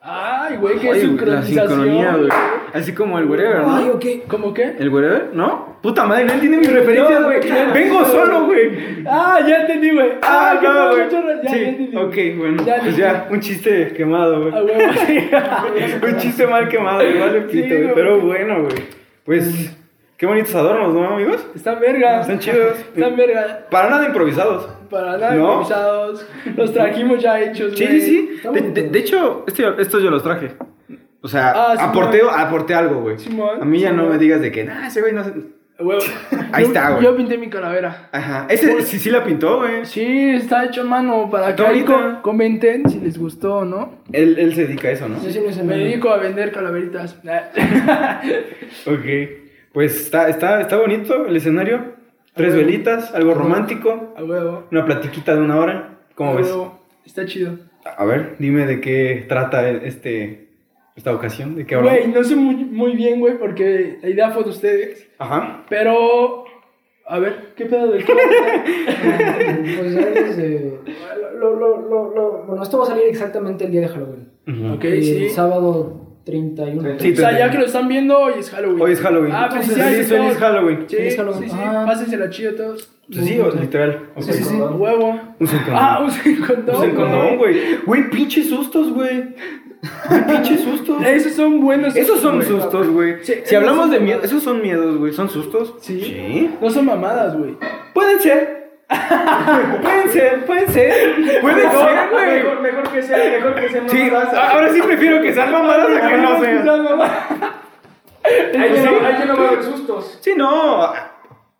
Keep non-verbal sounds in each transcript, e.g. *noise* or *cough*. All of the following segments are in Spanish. Ay, güey, qué Ay, güey, la sincronización. sincronía, güey. Así como el wherever, ¿no? Ay, ok. ¿Cómo qué? ¿El wherever? ¿No? Puta madre, nadie tiene mis referencias, No, güey. güey. Vengo solo, güey. Ah, ya entendí, güey. Ah, qué no, bueno, güey. chorro. Ya, Sí, ya entendí. ok, bueno. Ya pues entendí. ya, un chiste quemado, güey. Ah, huevo. un chiste mal quemado, güey. Vale, Sí, pito, güey. güey. Mm. Pero bueno, güey. Pues, qué bonitos adornos, ¿no, amigos? Están vergas. Están chidos. Están vergas. Para nada improvisados. Para nada ¿No? improvisados. Los trajimos ya hechos, Sí, güey. sí, sí. está De, bonito. de- de hecho, este- estos yo los traje. O sea, Ah, Simón. aporté, aporté algo, güey. Simón. A mí ya no Simón. me digas de que, nah, ese güey no se... Huevo. Ahí Yo- está, güey. Yo pinté mi calavera. Ajá. Ese sí, sí la pintó, güey. Sí, está hecho a mano para que Está ahí bonita. co- comenten si les gustó o no. Él, él se dedica a eso, ¿no? Sí, sí, me Me se dedico a vender calaveritas. *laughs* Ok. Pues está, está, está bonito el escenario. Tres Ah, güey. velitas, algo romántico. A huevo. Una platiquita de una hora. ¿Cómo A ves? huevo. Está chido. A ver, dime de qué trata este, esta ocasión. ¿De qué hablamos? Güey, no sé muy, muy bien, güey, porque la idea fue de ustedes. Ajá. Pero. A ver, ¿qué pedo del *laughs* Pues es, eh, lo, lo, lo, lo- bueno, esto va a salir exactamente el día de Halloween. Ujú. Ok, El sí. sábado 31. Sí, O sea, ya que lo están viendo, hoy es Halloween. Hoy es Halloween. Ah, Feliz- felicidades. a feliz todos. Halloween. Sí, Feliz Halloween. sí, sí. Ah. Pásensela chido todos. Pues sí, o- literal. Sí, sí, sí. Ok. Huevo. Usen condón. Ah, usen condón. Usen güey. condón, güey. Güey, pinches sustos, güey. Güey, pinches *laughs* sustos. Esos son buenos. Esos son güey. sustos, güey. Sí, si esos hablamos son de miedo, mamadas. esos son miedos, güey. ¿Son sustos? Sí. No son mamadas, güey. Pueden ser. pueden ser, pueden ser. Pueden ser, güey. mejor que sea, mejor que sea. no Sí, lo hagas. a- ahora sí prefiero que sean mamadas a que no sean. Ahí ya no- ahí ya no va a haber sustos. Sí, no.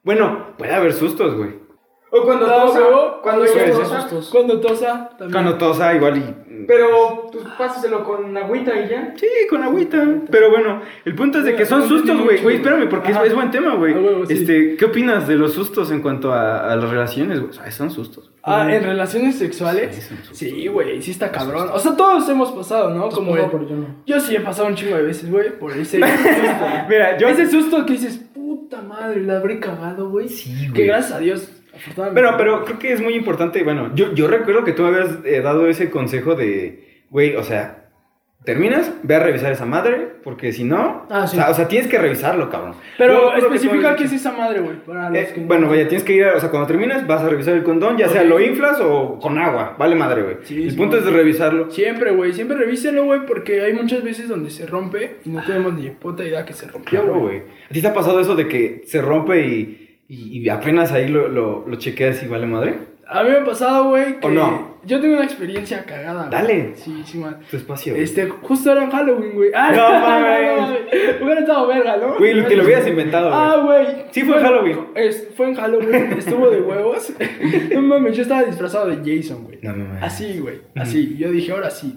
Bueno, puede haber sustos, güey. O cuando No, tosa, huevo. cuando Sí, ella sí, tosa. sustos. Cuando tosa, también. Cuando tosa, igual y. Pero tú pásaselo con agüita y ya. Sí, con agüita. Pero bueno, el punto es de que son Pero no sustos, tiene güey. mucho, Güey, güey. espérame, porque es, Ajá. es buen tema, güey. A huevo, sí. Este, ¿qué opinas de los sustos en cuanto a, a las relaciones, güey? Ay, son sustos. Ah, en relaciones sexuales. Sí, son- Sí, güey, sí está cabrón. O sea, todos hemos pasado, ¿no? Como pasado, el- pero yo no. Yo sí he pasado un chingo de veces, güey, por *laughs* ese susto. Mira, yo. Ese susto que dices, puta madre, la habré cagado, güey. Sí, Que güey. gracias a Dios, afortunadamente. Bueno, pero creo que es muy importante. Bueno, yo, yo recuerdo que tú me habías eh, dado ese consejo de, güey, o sea, terminas, ve a revisar esa madre, porque si no, Ah, sí. o, sea, o sea, tienes que revisarlo, cabrón. Yo Pero recuerdo que tú me especifica habías qué es dicho, esa madre, güey. para los eh, que no- bueno, vaya, tienes que ir, a- o sea, cuando terminas vas a revisar el condón, ya sea Ok. lo inflas o con agua, vale madre, güey. Sí, el sí, punto es de revisarlo. Siempre, güey, siempre revísenlo, güey, porque hay muchas veces donde se rompe y no tenemos ni puta idea que se rompió, Claro, güey. güey. ¿A ti te ha pasado eso de que se rompe y, y- y apenas ahí lo, lo, lo chequeas y vale madre? a mí me ha pasado, güey, que ¿O no? yo tengo una experiencia cagada. güey. Dale. Sí, sí, man. Tu espacio. güey. Este, justo era en Halloween, güey. Ah, *laughs* No mames. mames. Hubiera estado verga, ¿no? Güey, lo- te lo hubieras inventado, güey. Ah, güey. Sí, fue en Halloween. Es- fue en Halloween, estuvo de huevos. *laughs* No mames, yo estaba disfrazado de Jason, güey. No, mames. Así, güey. Así. Yo dije, ahora sí.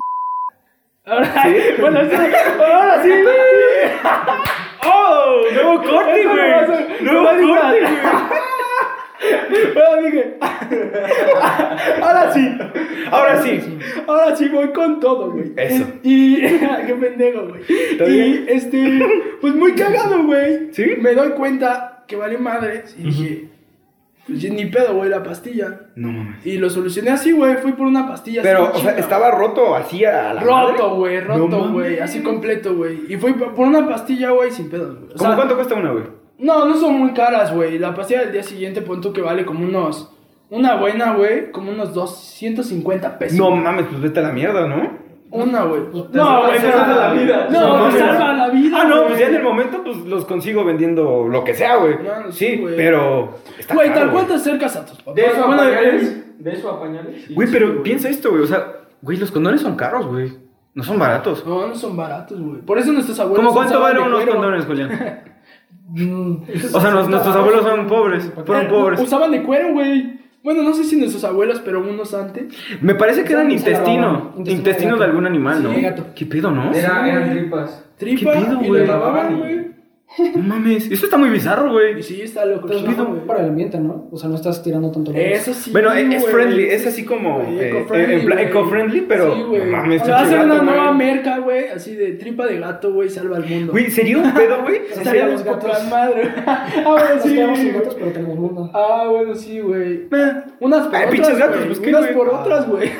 Ahora ¿Sí? *laughs* Bueno, sí, ahora sí, *laughs* güey. ¡Oh! ¡Nuevo corte, Eso no va a güey! ser- ¡Nuevo no va a ser corte, güey! Ahora *laughs* dije, ahora sí. Ahora sí. Ahora sí voy con todo, güey. Eso. Y. *laughs* qué pendejo, güey. ¿Está Y bien? este. Pues muy cagado, güey. ¿Sí? Me doy cuenta que vale madres. Y dije. Pues ni pedo, güey, la pastilla. No mames. Y lo solucioné así, güey. Fui por una pastilla. Pero, así, o sea, chinga. estaba roto así a la Roto, madre? güey, No roto, mames. güey. así completo, güey. Y fui por por una pastilla, güey, sin pedo, güey. O ¿Cómo sea, cuánto cuesta una, güey? No, no son muy caras, güey. La pastilla del día siguiente, pon tú que vale como unos. Una buena, güey, como unos 250 pesos. No mames, pues vete a la mierda, ¿no? Una, güey. te No, güey, te pero- salva la vida. No, No, te mames. salva la vida. Ah, no, güey. pues ya en el momento, pues los consigo vendiendo lo que sea, güey. Claro, sí, sí, güey. pero. está Güey, caro, tal cual te acercas a tus papás. De eso a Bueno, pañales. De eso a pañales. Güey, pero piensa esto, güey. O sea, güey, los condones son caros, güey. No son baratos. No, no son baratos, güey. Por eso nuestros abuelos. ¿Cómo cuánto usaban valen de unos cuero. *laughs* condones, Julián? Mm, Pues O sea, nos- nuestros abuelos son pobres. Fueron Eh, pobres. Usaban de cuero, güey. Bueno, no sé si nuestros abuelos, pero unos antes. Me parece que eran usaban- intestino. usaban- Intestino de algún animal, Sí, gato. ¿no? ¿Qué pedo, no? Era, eran tripas. Tripa. ¿Qué pedo, y güey? lo lavaban, güey. No mames, eso está muy bizarro, Y güey. sí, está loco. Pero es ¿Qué pedo, mejor güey? para el ambiente, ¿no? O sea, no estás tirando tanto lo Eso sí. Bueno, es- es güey. friendly, es así como, Güey, eh, eco-friendly, en plan güey. eco-friendly, pero, Sí, güey. no mames, O sea, va a pinche ser una gato, güey. nueva merca, güey. Así de tripa de gato, güey. Salva al mundo. Güey, sería un pedo, güey. Estaría los de gatos. puta madre. *laughs* Ah, bueno, Nos quedamos sí. sin gatos, pero tenemos mundo. Ah, bueno, sí, güey. Eh, Unas por Ay, otras. pinches gatos, güey. pues, ¿qué, Unas güey? por otras, güey. *laughs*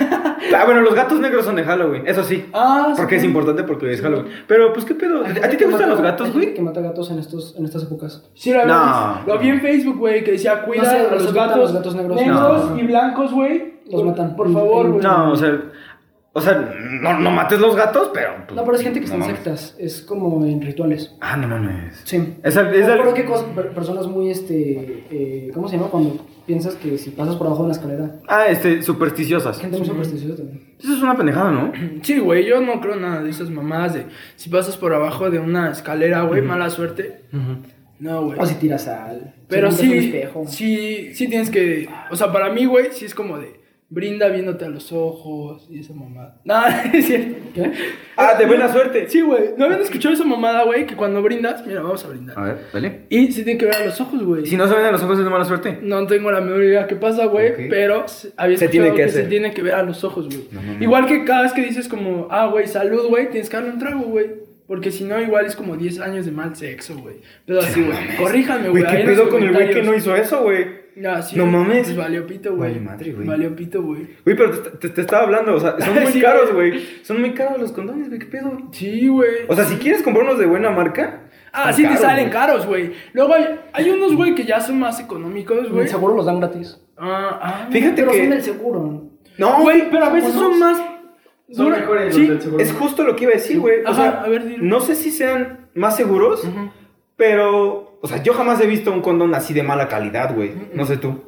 Ah, bueno, los gatos negros son de Halloween, eso sí. Ah, sí. Porque es importante porque es Halloween. Pero, pues, ¿qué pedo? Hay ¿A gente ti que te gustan mata- los gatos, hay gente güey? que mata gatos en, estos, en estas épocas. Pues, Sí, lo, No. habíamos- lo vi en Facebook, güey, que decía, cuida No sé, a los los matan, gatos, los gatos negros. negros No. y blancos, güey. Los matan. Por favor, güey. No, o sea, o sea, no, no mates los gatos, pero. pues, No, pero es gente que está no en mames. sectas. Es como en rituales. Ah, no mames. Sí. Esa, Yo esa- creo que cos- per- personas muy, este, eh, ¿cómo se llama? Cuando piensas que si pasas por abajo de una escalera, Ah, este, supersticiosas. gente muy supersticiosa también. Eso es una pendejada, ¿no? Sí, güey, yo no creo nada de esas mamadas de si pasas por abajo de una escalera, güey, mala suerte. No, güey. O si tiras sal. Pero si rompes un sí, espejo. sí, sí tienes que, o sea, para mí, güey, sí es como de brinda viéndote a los ojos y esa mamada. *laughs* Nada, es cierto. ¿Qué? Ah, de buena suerte. Sí, güey, ¿no habían escuchado esa mamada, güey? Que cuando brindas, mira, vamos a brindar. A ver, dale. Y sí tiene que ver a los ojos, güey. Si no se ven a los ojos es de mala suerte. No tengo la menor idea qué pasa, güey, Ok. pero se- había Se escuchado tiene que se hacer. tiene que ver a los ojos, güey. No, no, no. Igual que cada vez que dices como, ah, güey, salud, güey, tienes que darle un trago, güey. Porque si no, igual es como 10 años de mal sexo, güey. Pero así, güey, corríjame, güey. Güey, ¿qué ahí en los pedo con el güey que no comentarios. hizo eso, güey? Ah, sí, No güey, mames. pues valió pito, güey. Vale madre, güey. Valió pito, güey. Güey, pero te, te- te estaba hablando, o sea, son *laughs* muy Sí, caros, güey. Son muy caros los condones, güey, ¿qué pedo? Sí, güey. O sea, si quieres comprar unos de buena marca. ah, son sí te caros, salen güey. caros, güey. Luego hay, hay unos, güey, que ya son más económicos, güey. Seguro los dan gratis. Ah, ah, Fíjate Pero que. son del seguro. No, güey, pero a veces son más. Son dura- mejores sí, los del seguro. Es justo lo que iba a decir, güey. O Ajá, sea, a ver, dilo. no sé si sean más seguros, Ujú. pero. O sea, yo jamás he visto un condón así de mala calidad, güey. No sé tú.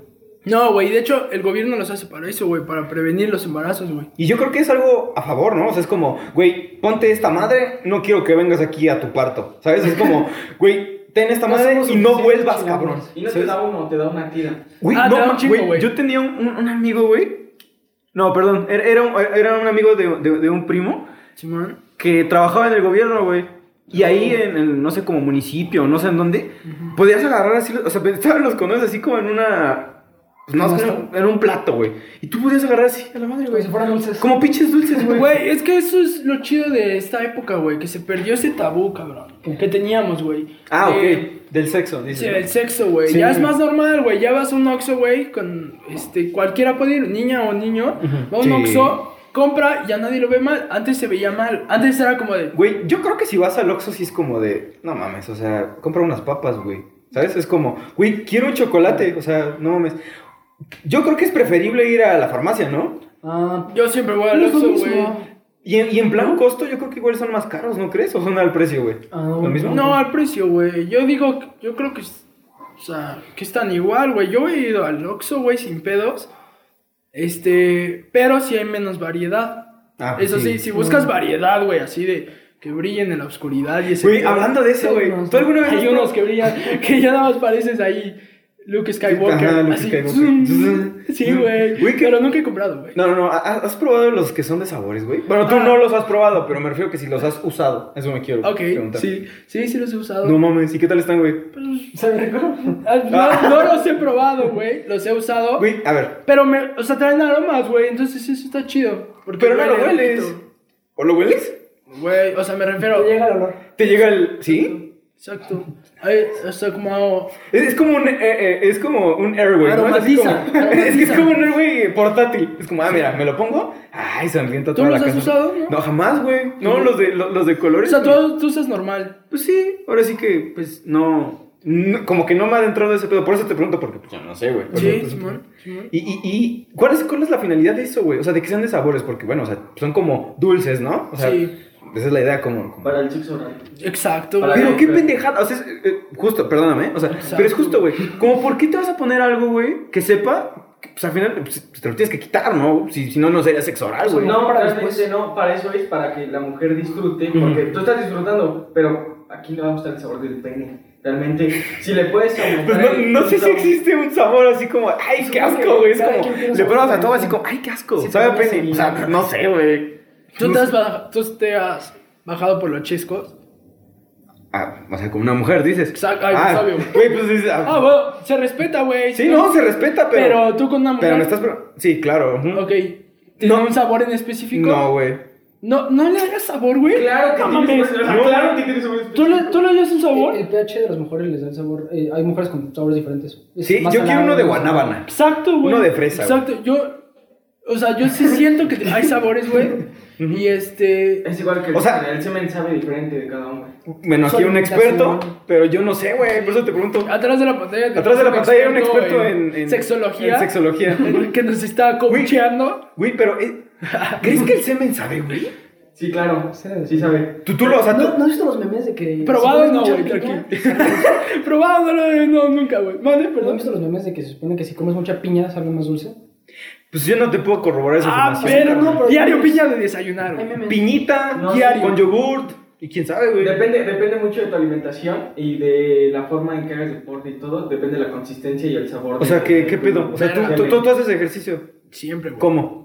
No, güey, de hecho, el gobierno los hace para eso, güey, para prevenir los embarazos, güey. Y yo creo que es algo a favor, ¿no? O sea, es como, güey, ponte esta madre, no quiero que vengas aquí a tu parto. ¿Sabes? Es como, güey, ten esta No madre somos y no suficientes vuelvas, chingados. cabrón. Y no te ¿Sabes? da uno, te da una tira. Güey, Ah, no, te da un ma- chingo, güey, güey. Yo tenía un, un- un amigo, güey. No, perdón, era, era un, era un amigo de, de- de un primo Simón. que trabajaba en el gobierno, güey. Y ahí en el, no sé, como municipio, no sé en dónde, podías agarrar así, o sea, *laughs* estaban los condones así como en una. pues, no sé, en un- en un plato, güey. Y tú podías agarrar así a la madre, Güey, güey. si fueran dulces. Como pinches *laughs* dulces, güey. Güey, es que eso es lo chido de esta época, güey, que se perdió ese tabú, cabrón, que teníamos, güey. Ah, De- ok. Del sexo, Sí, dice. el sexo, güey. Sí, ya es güey. más normal, güey. Ya vas a un Oxxo, güey, con este cualquiera puede ir, niña o niño, va a un Sí. Oxxo, compra, ya nadie lo ve mal. Antes se veía mal. Antes era como de Güey, yo creo que si vas al Oxxo sí es como de, no mames, o sea, compra unas papas, güey. ¿Sabes? Es como, güey, quiero un chocolate, o sea, no mames. Yo creo que es preferible ir a la farmacia, ¿no? Ah, yo siempre voy al pero es lo Oxxo, güey. mismo. Y en, y en plan costo, yo creo que igual son más caros, ¿no crees? ¿O son al precio, güey? Ah, ¿Lo mismo? No, al precio, güey. Yo digo, yo creo que, es- o sea, que están igual, güey. Yo he ido al Oxxo, güey, sin pedos. Este, pero sí hay menos variedad. Ah, pues Eso sí, si buscas variedad, güey, así de que brillen en la oscuridad y ese Güey, hablando de eso, Hay güey. unos- ¿Tú alguna vez Hay unos que *laughs* brillan, *laughs* que ya nada más pareces ahí Luke Skywalker. Ajá, Luke así, Skywalker. *laughs* zoom. Sí, güey. Güey, que- Pero nunca he comprado, güey. No, no, no. ¿ha- ¿Has probado los que son de sabores, güey? Bueno, tú Ah. no los has probado, pero me refiero que si los has usado. Eso me quiero ok, preguntar. sí, sí, sí los he usado. No mames, ¿y qué tal están, güey? ¿Sabe rico? Ah, No, no los he probado, güey. Los he usado. Güey, a ver. Pero me, o sea, traen aromas, güey. Entonces eso está chido. Porque Pero no lo huele hueles. riquito. ¿O lo hueles? Güey, o sea, me refiero. Te llega el olor. Te llega el. ¿Sí? Exacto. Ay, o sea, como. Es, es como un. eh, eh, es como un airway. ¿no? Es así Aromatiza, como- *laughs* es que es aromatiza. como un airway portátil. Es como, ah, mira, me lo pongo. Ay, sonriento ¿Tú toda la los has casa. usado, no? jamás, güey. No, los de, lo- los de O colores. sea, güey. tú, tú usas normal. Pues sí, ahora sí que, pues no. no- como que no me ha adentrado ese pedo. Por eso te pregunto, porque pues, yo no sé, güey. Por eso Sí, te- Simón. Simón. Y, y, y ¿cuál, es, ¿cuál es la finalidad de eso, güey? O sea, de que sean de sabores, porque bueno, o sea, son como dulces, ¿no? O sea, Sí. esa es la idea, como- como Para el sexo oral. Exacto, Para- güey. Pero qué pendejada, o sea, es, eh, justo, perdóname, o sea, Exacto. pero es justo, güey. Como, ¿por qué te vas a poner algo, güey, que sepa, que, pues al final pues, te lo tienes que quitar, ¿no? Si, si no, no sería sexo oral, güey. No, para para después. no, para eso es para que la mujer disfrute, porque tú estás disfrutando, pero aquí no va a gustar el sabor del pene. Realmente, si le puedes *laughs* aumentar Pues no, el- no sé el si sabor- existe un sabor así como, ay, qué asco, güey. Es como, le pruebas a todo así como, ay, qué asco. Sí, sabe a pero no pene. O sé. sea, no sé, güey. ¿Tú te, has baj- tú te has bajado por los chiscos? Ah, o sea, como una mujer, dices. Exacto, ay, ah, sabio. Güey, pues dices, ah, Ah, bueno, se respeta, güey. sí, no, se respeta, pero. Pero tú con una mujer. pero me estás. pro- Sí, claro. ujú. Ok. ¿Tiene un sabor en específico? No, güey. No, no le hagas sabor, güey. Claro que No tienes mames. un Claro que tienes un ¿Tú le, ¿Tú le haces un sabor? El, Eh, el pH de las mujeres les da el sabor. eh, hay mujeres con sabores diferentes. Es Sí, más yo quiero salado, uno de más- guanábana. Exacto, güey. Uno de fresa, Exacto, yo. O sea, yo sí siento que hay sabores, *laughs* güey. Y este. Es igual que el O sea- semen, el semen sabe diferente de cada hombre. Bueno, aquí Soy un un experto, casero. pero yo no sé, güey. Por eso te pregunto. Atrás de la pantalla. Atrás de la pantalla hay un experto en, en- sexología. En sexología. *laughs* Que nos está coacheando. Güey, pero. eh, ¿Crees que el semen sabe, güey? Sí, claro. Sí, sí. Sí sabe. Tú, tú lo. O sea, ¿No, tú- ¿No has visto los memes de que. Probado se no, come güey, mucha piña? tranquilo. *laughs* Probado no, no, nunca, güey. Mande, ¿No has perdón. visto los memes de que se supone que si comes mucha piña sabe más dulce? Pues yo no te puedo corroborar esa Ah, información. pero no, no, pero- Diario piña de desayunar, Hay güey. memes. Piñita, No, diario. con yogurt. Y quién sabe, güey. Depende, depende mucho de tu alimentación y de la forma en que hagas deporte y todo. Depende de la consistencia y el sabor. O sea, ¿qué, qué pedo? O sea, tú, tú, tú- tú haces ejercicio. Siempre, güey. ¿Cómo?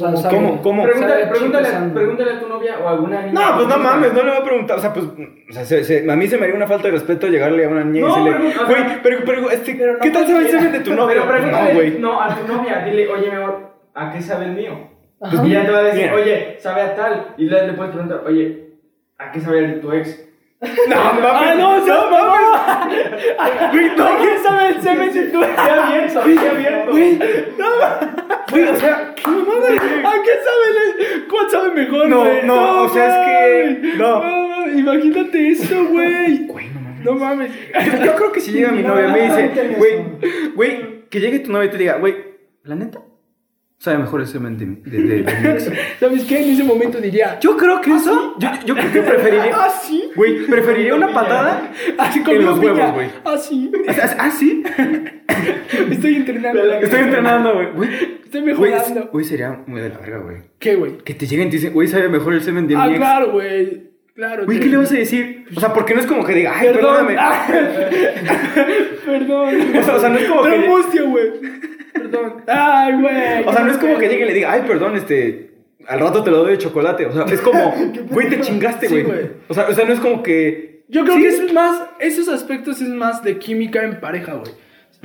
O sea, sabe- ¿Cómo? ¿Cómo? Pregúntale, Sabe chico pregúntale, sano. pregúntale a tu novia o a alguna niña. No, pues no mames, no le voy a preguntar. O sea, pues. O sea, se- se- a mí se me haría una falta de respeto llegarle a una niña y No, decirle. pero- o sea- Güey, pero, pero, este, Pero no ¿qué tal sabe el cualquiera. semen de tu novio? Pero no, pregúntale, güey. no, a tu novia, dile, oye, mi amor, ¿a qué sabe el mío? Ajá. Y ya te va a decir, Mira. oye, sabe a tal. Y le, le puedes preguntar, oye, ¿a qué sabe el de tu ex? No, mames. Ah, no, no, mames. Güey, no, ¿quién sabe el semen de tu Ya abierto, ya abierto. Güey, no mames. Güey, o sea, ¡Qué mamada! ¿A qué sabe? el- ¿Cuál sabe mejor? No, güey? no, o sea, es que- mames. no. mames, imagínate eso, güey. Güey, no mames. No mames. *laughs* Yo, yo creo que si llega mi No, novia y me dice, no, güey, güey, que llegue tu novia y te diga, güey, la neta, sabe mejor el semen de mi- de- de- de mi ex". ¿Sabes qué? En ese momento diría. Yo creo que eso, yo, yo creo que ¿Ah, *laughs* preferiría, sí? güey, preferiría *laughs* una patada Así en con los huevos, güey. Ah, sí. Ah, sí, Estoy entrenando. estoy entrenando, güey. *laughs* güey. Estoy Güey, mejorando. güey, sería muy de la verga, güey. ¿Qué, güey? Que te lleguen y te dicen, güey, sabe mejor el semen de Ah, mi ex. claro, güey. Claro. Güey, te- ¿qué le vas a decir? O sea, porque no es como que diga, ay, Perdón. perdóname. Ah, *laughs* Perdón. O sea, o sea, no es como Pero que- mustia, güey. Perdón. Ay, güey. O sea, no es como que llegue y le diga, ay, perdón, este, al rato te lo doy de chocolate. O sea, *laughs* es como, güey, te chingaste, Sí, güey. güey. o, sea, o sea, no es como que. Yo creo Sí. que es más, esos aspectos es más de química en pareja, güey.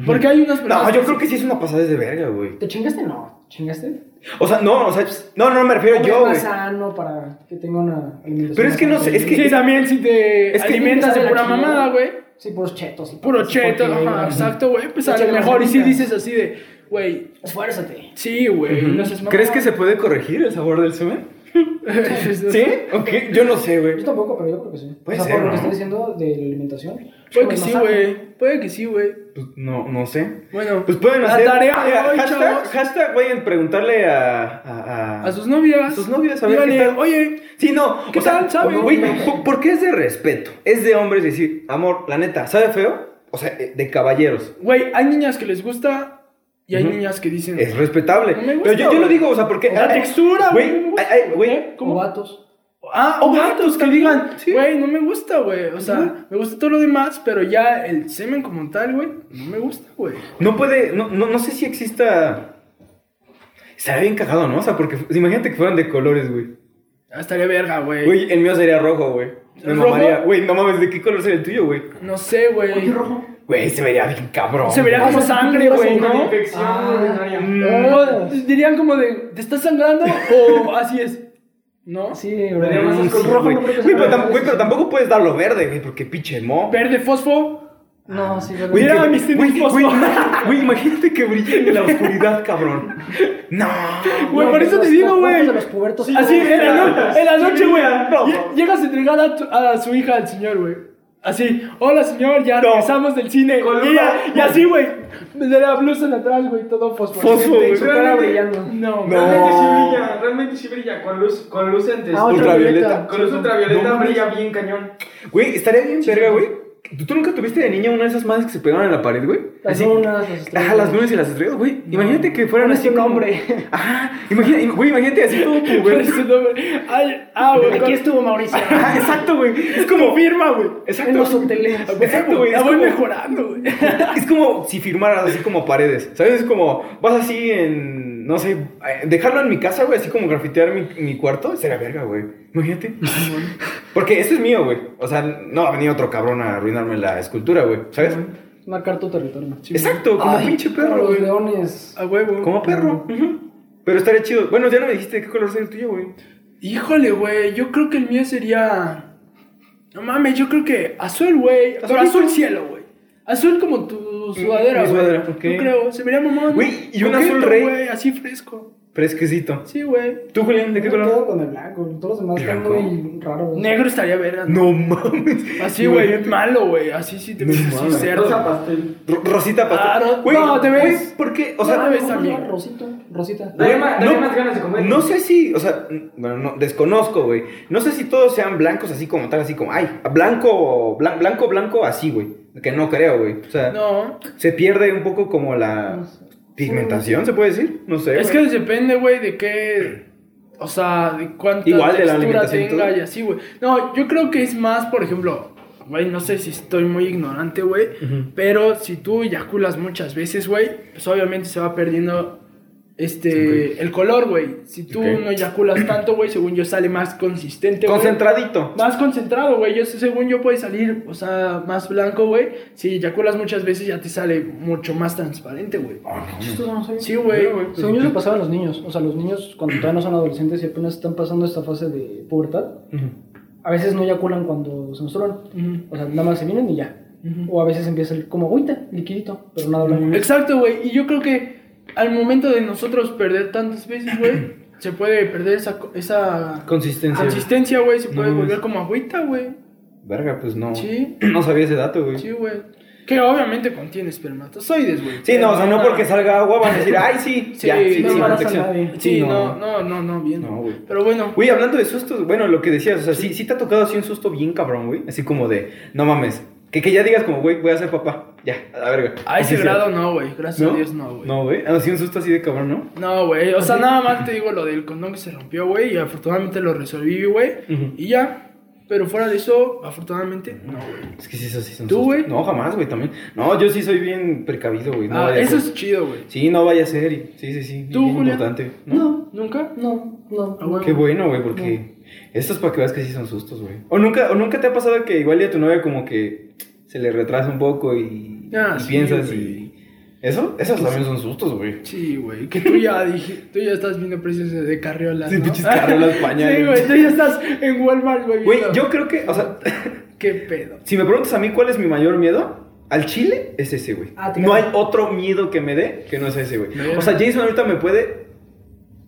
Porque hay unas No, personas. yo creo que sí es una pasada de verga, güey. ¿Te chingaste? No. ¿Chingaste? O sea, no, o sea, no, no me refiero Hombre, yo, es más güey. sano para que tenga una alimentación. Pero es que más no sé, es saludable. que- Sí, también si te Es que- alimentas de Sabe la pura chingada. mamada, güey. Sí, puros chetos. y Puro cosas, cheto, porque- ajá, exacto, güey. Pues a Échale lo más mejor, y si ganitas. dices así de, güey, Esfuérzate. sí, güey. no *laughs* seas mamón. ¿Crees que se puede corregir el sabor del semen? sí? Pues, ¿Sí? Ok, yo no sé, Yo güey. tampoco, pero yo creo que sí. Puede o sea, ser, por lo ¿no? que estoy diciendo de la alimentación. Puede que pues, no sí, sabe. güey. Puede que sí, güey. Pues, No, no sé. Bueno, Pues pueden la hacer. tarea de Mira, hoy, hashtag, chavos. hashtag, güey, en preguntarle a. a, a- A sus novias. A sus novias, a ver Díganle, qué tal. oye, Sí, no. ¿Qué o sea, tal? ¿Sabe? Güey, ¿por, por qué es de respeto? Es de hombres decir, amor, la neta, ¿sabe feo? O sea, eh, de caballeros. güey, hay niñas que les gusta y hay Ujú. niñas que dicen. Es respetable. No me gusta, Pero yo, yo lo güey. digo, o sea, porque. La ay, textura, Güey, güey. ay, ay, güey. ¿Eh? O ¿Cómo? vatos. Ah, o gatos que digan, Sí. güey, no me gusta, güey. O sea, Ujú. me gusta todo lo demás, pero ya el semen como tal, güey, no me gusta, güey. No puede. No, no, no sé si exista. Estaría bien cagado, ¿no? O sea, porque imagínate que fueran de colores, güey. Ah, Estaría verga, güey. Güey, el mío sería rojo, güey. Me ¿Rojo? mamaría. Güey, no mames, ¿de qué color sería el tuyo, güey? No sé, güey. Güey, se vería bien cabrón. Se vería güey. como sangre, güey, ¿no? Infección Ah. urinaria. O Dirían como de, ¿te estás sangrando? O así es. ¿No? Sí, Tenemos güey. un Sí, rojo, güey. no creo que Güey, sea pero, verde. tam- güey, pero tampoco puedes darlo verde, güey, porque pinche mo. Verde fosfo. No, sí, verde. Güey, Mira, que- mis tenis güey, fosfo. güey, ima- güey, imagínate que brille en la oscuridad, cabrón. No. Güey, Ah, No, por eso los- te digo, los güey. cuerpos de los pubertos. Así, en la, no- en la noche, güey. no. lle- Llegas a entregar a, tu- a su hija al señor, güey. Así, hola señor, ya No. regresamos del cine. Con Y, ella- y así, güey. De la blusa en atrás, güey, todo fosforescente. Fosfo, güey. su cara Realmente- brillando. No, No. Realmente sí brilla, realmente sí brilla. Con luz, con luz antes. Ah, Ultravioleta. Con luz ultravioleta No mames. brilla bien cañón. Güey, estaría bien verga, güey. ¿Tú, tú nunca tuviste de niña una de esas madres que se pegaban en la pared, güey? Las Así- lunas, las estrellas. Ajá, las lunas y las estrellas, güey. Imagínate que fueran Pones así. tu como- nombre. Ajá. Imagínate, güey, imagínate así todo Por puberto. *laughs* su nombre. Ay, ah, güey. Aquí estuvo Mauricio. *laughs* Ajá, exacto, güey. Es como firma, güey. Exacto. En los hoteles. Ah, Exacto, güey. La Es voy como- mejorando, güey. Es como si firmaras así como paredes, ¿sabes? Es como, vas así en, no sé, dejarlo en mi casa, güey, así como grafitear mi, mi cuarto, sería verga, güey. *laughs* Imagínate. Porque este es mío, güey. O sea, no va a venir otro cabrón a arruinarme la escultura, güey, ¿sabes? Marcar tu territorio. Exacto, como Ay, pinche perro, como Los güey. leones. A huevo. Como perro. ujú. Pero estaría chido. Bueno, ya no me dijiste de qué color sería el tuyo, güey. Híjole, güey, yo creo que el mío sería. No mames, yo creo que azul, güey. Pero Azulito. azul cielo, güey. Azul como tu su sudadera, Mi güey. sudadera, ok. Yo creo, se vería mamón. Güey, y un Coqueto, azul rey. güey, así fresco. Fresquecito. Sí, güey. ¿Tú, Julián, de qué Yo me color? quedo con el blanco. Todos los demás están Blanco. muy raros. Negro estaría verga. ¿no? No mames. Así, güey, Imagínate. malo, güey. Así sí te ves No así mames. Rosa cerdo. pastel. Ro- Rosita Claro. pastel. No, te ves- güey, ¿Por qué? Ah, O sea, No, te ves también. Rosita, Rosito, Rosita. güey, Daría más- daría más ganas de comer. No sé si, o sea, n- bueno, no, desconozco, güey. No sé si todos sean blancos así como tal, así como, ay, blanco, blan- blanco, blanco, así, güey. Que no creo, güey. O sea, No. se pierde un poco como la No sé. pigmentación, se puede decir. No sé. Es que güey. depende, güey, de qué. O sea, de cuánta Igual de la textura alimentación y tenga todo. y así, güey. No, yo creo que es más, por ejemplo, güey, no sé si estoy muy ignorante, güey. Ujú. Pero si tú eyaculas muchas veces, güey, pues obviamente se va perdiendo este el color, güey. Si tú Ok. no eyaculas tanto, güey, según yo sale más consistente, güey. Concentradito. Más concentrado, güey. Yo sé, según yo puede salir, o sea, más blanco, güey. Si eyaculas muchas veces ya te sale mucho más transparente, güey. Ah, Esto no lo sabía. Sí, güey. pues, pues Según yo se pasaba a los niños, o sea, los niños cuando todavía no son adolescentes y apenas están pasando esta fase de pubertad, a veces no eyaculan cuando se menstruan, Ujú. o sea, nada más se vienen y ya. Ujú. O a veces empieza el- como agüita, liquidito, pero nada blanco. Exacto, güey. Y yo creo que al momento de nosotros perder tantas veces, *clears throat* güey, se puede perder esa, co- esa Consistencia. consistencia, güey. Se puede No, volver es- como agüita, güey. Verga, pues no. Sí. No sabía ese dato, güey. Sí, Sí. güey. Que obviamente contiene espermatozoides, güey. no, o sea, no porque salga agua van a decir, ay, sí, Sí, ya, sí, no sin embaraza a protección. nadie. Sí, Sí, no, no. no, no, no, bien. No, güey. Pero bueno, Güey, hablando de sustos, bueno, lo que decías, o sea, sí, sí te ha tocado así un susto bien cabrón, güey. Así como de, no mames. Que, que ya digas como, güey, voy a ser papá. Ya, a la verga. a ese Oficial. grado no, güey. Gracias a Dios no, güey. No, güey. Así un susto así de cabrón, ¿no? No, güey. O sea, nada más te digo lo del condón que se rompió, güey. Y afortunadamente lo resolví, güey. Ujú. Y ya. Pero fuera de eso, afortunadamente, no, güey. Es que sí, eso sí son ¿Tú, sustos. güey? No, jamás, güey, también. No, yo sí soy bien precavido, güey. No Ah, vaya a eso ser. es chido, güey. Sí, no vaya a ser. y- Sí, sí, sí. ¿Tú, bien Julián? importante. No, ¿Nunca? no, no. Ah, güey. Qué bueno, güey, porque esto es para que veas que sí son sustos, güey. O nunca, o nunca te ha pasado que igual y a tu novia como que se le retrasa un poco y, Ah, y sí, piensas güey. y... Eso, esos también son sustos, güey. Sí, güey. Que tú ya dije, tú ya estás viendo precios de carriolas. Sí, ¿no? pinches *laughs* carriolas, Sí, pañales. güey. Tú ya estás en Walmart, güey. Güey, viendo- yo creo que, o sea, ¿Qué pedo? si me preguntas a mí cuál es mi mayor miedo, al chile es ese, güey. Ah, te no hay cago. otro miedo que me dé que no es ese, güey. Verga. O sea, Jason ahorita me puede... *laughs*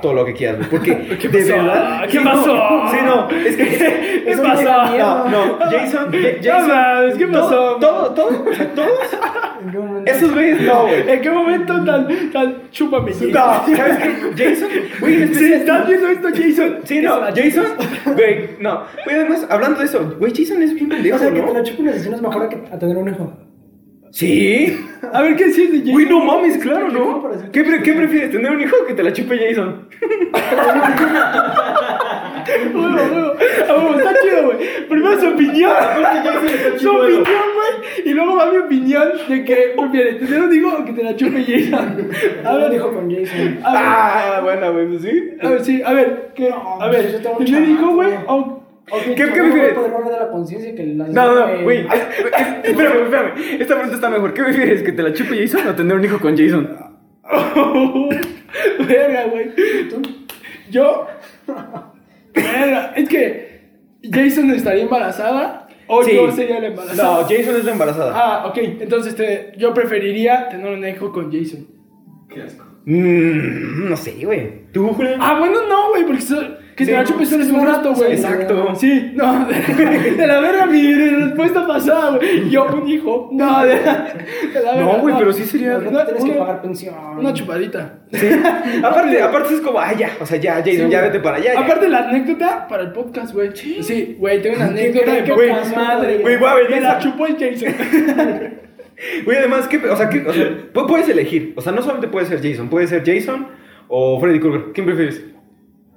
Todo lo que quieras, güey. Porque, *laughs* ¿Qué de pasó? verdad... ¿Qué Sí, no, pasó? sí, no. Es que... *laughs* ¿Qué es que- pasó? No, no. Jason... Ja- No Jason mames, ¿qué todo- pasó? Todo, todo, o sea, todos... ¿En qué momento? Esos güeyes *laughs* no, güey. ¿En qué momento tan, tan chúpame, Jason? No, ¿sabes qué? Jason, güey, Sí, en especial- ¿estás viendo esto, Jason? Sí, no, Es una- Jason, güey, no. Güey, además, hablando de eso, güey, Jason es bien O pendejo, sea, que te la ¿no? chupen las sesiones mejor a, que, a tener un hijo. Sí. A ver, ¿qué decías de Jason? Güey, no mames, claro, ¿no? ¿Qué, pre- qué prefieres, tener un hijo o que te la chupe Jason? Huevo, huevo. A huevo, está chido, güey. Primero su *laughs* opinión. Su opinión, güey. Y luego va mi opinión de que prefieres tener un hijo o que te la chupe *laughs* Jason. A Yo ver, lo dijo con Jason. A ver, Ah, bueno, güey, pues sí. a ver, sí, a ver. ¿qué? Ah, No, A pues, ver, yo tengo un ¿tener hijo, chamaco. güey o...? Okay, ¿Qué- yo qué no voy a prefieres? poder hablar de la conciencia que eh, la No, no, señora- güey. ay, *laughs* ay, Espérame, espérame. Esta pregunta está mejor. ¿Qué prefieres, que te la chupe Jason o tener un hijo con Jason? *laughs* Verga, güey. ¿Tú? Yo. Verga, es que. Jason estaría embarazada o Sí. Oh, yo sería la embarazada. No, Jason es la embarazada. Ah, ok. Entonces te- yo preferiría tener un hijo con Jason. Qué asco. Mm, no sé, güey. ¿Tú, Julián? Ah, bueno, no, güey, porque so- que Sí, te la no, chupes solo es un rato, güey. Exacto. Sí, no, de, de la verga mi respuesta pasada, güey. Yo un hijo. No, de, la- de la No, verga. güey, pero sí sería- Pero Una, no tienes ah, que una- pagar pensión. una chupadita. Aparte, aparte es como, ah, ya, o sea, ya, Jason, ya vete para allá. ya. Aparte la anécdota para el podcast, güey. Sí, güey, tengo una anécdota de qué poca pasó, madre, güey, voy a venir Me la a- chupó el Jason. *laughs* Güey, además, ¿qué, o sea, qué, o sea, pu- puedes elegir. O sea, no solamente puede ser Jason, puede ser Jason o Freddy Krueger. ¿Quién prefieres?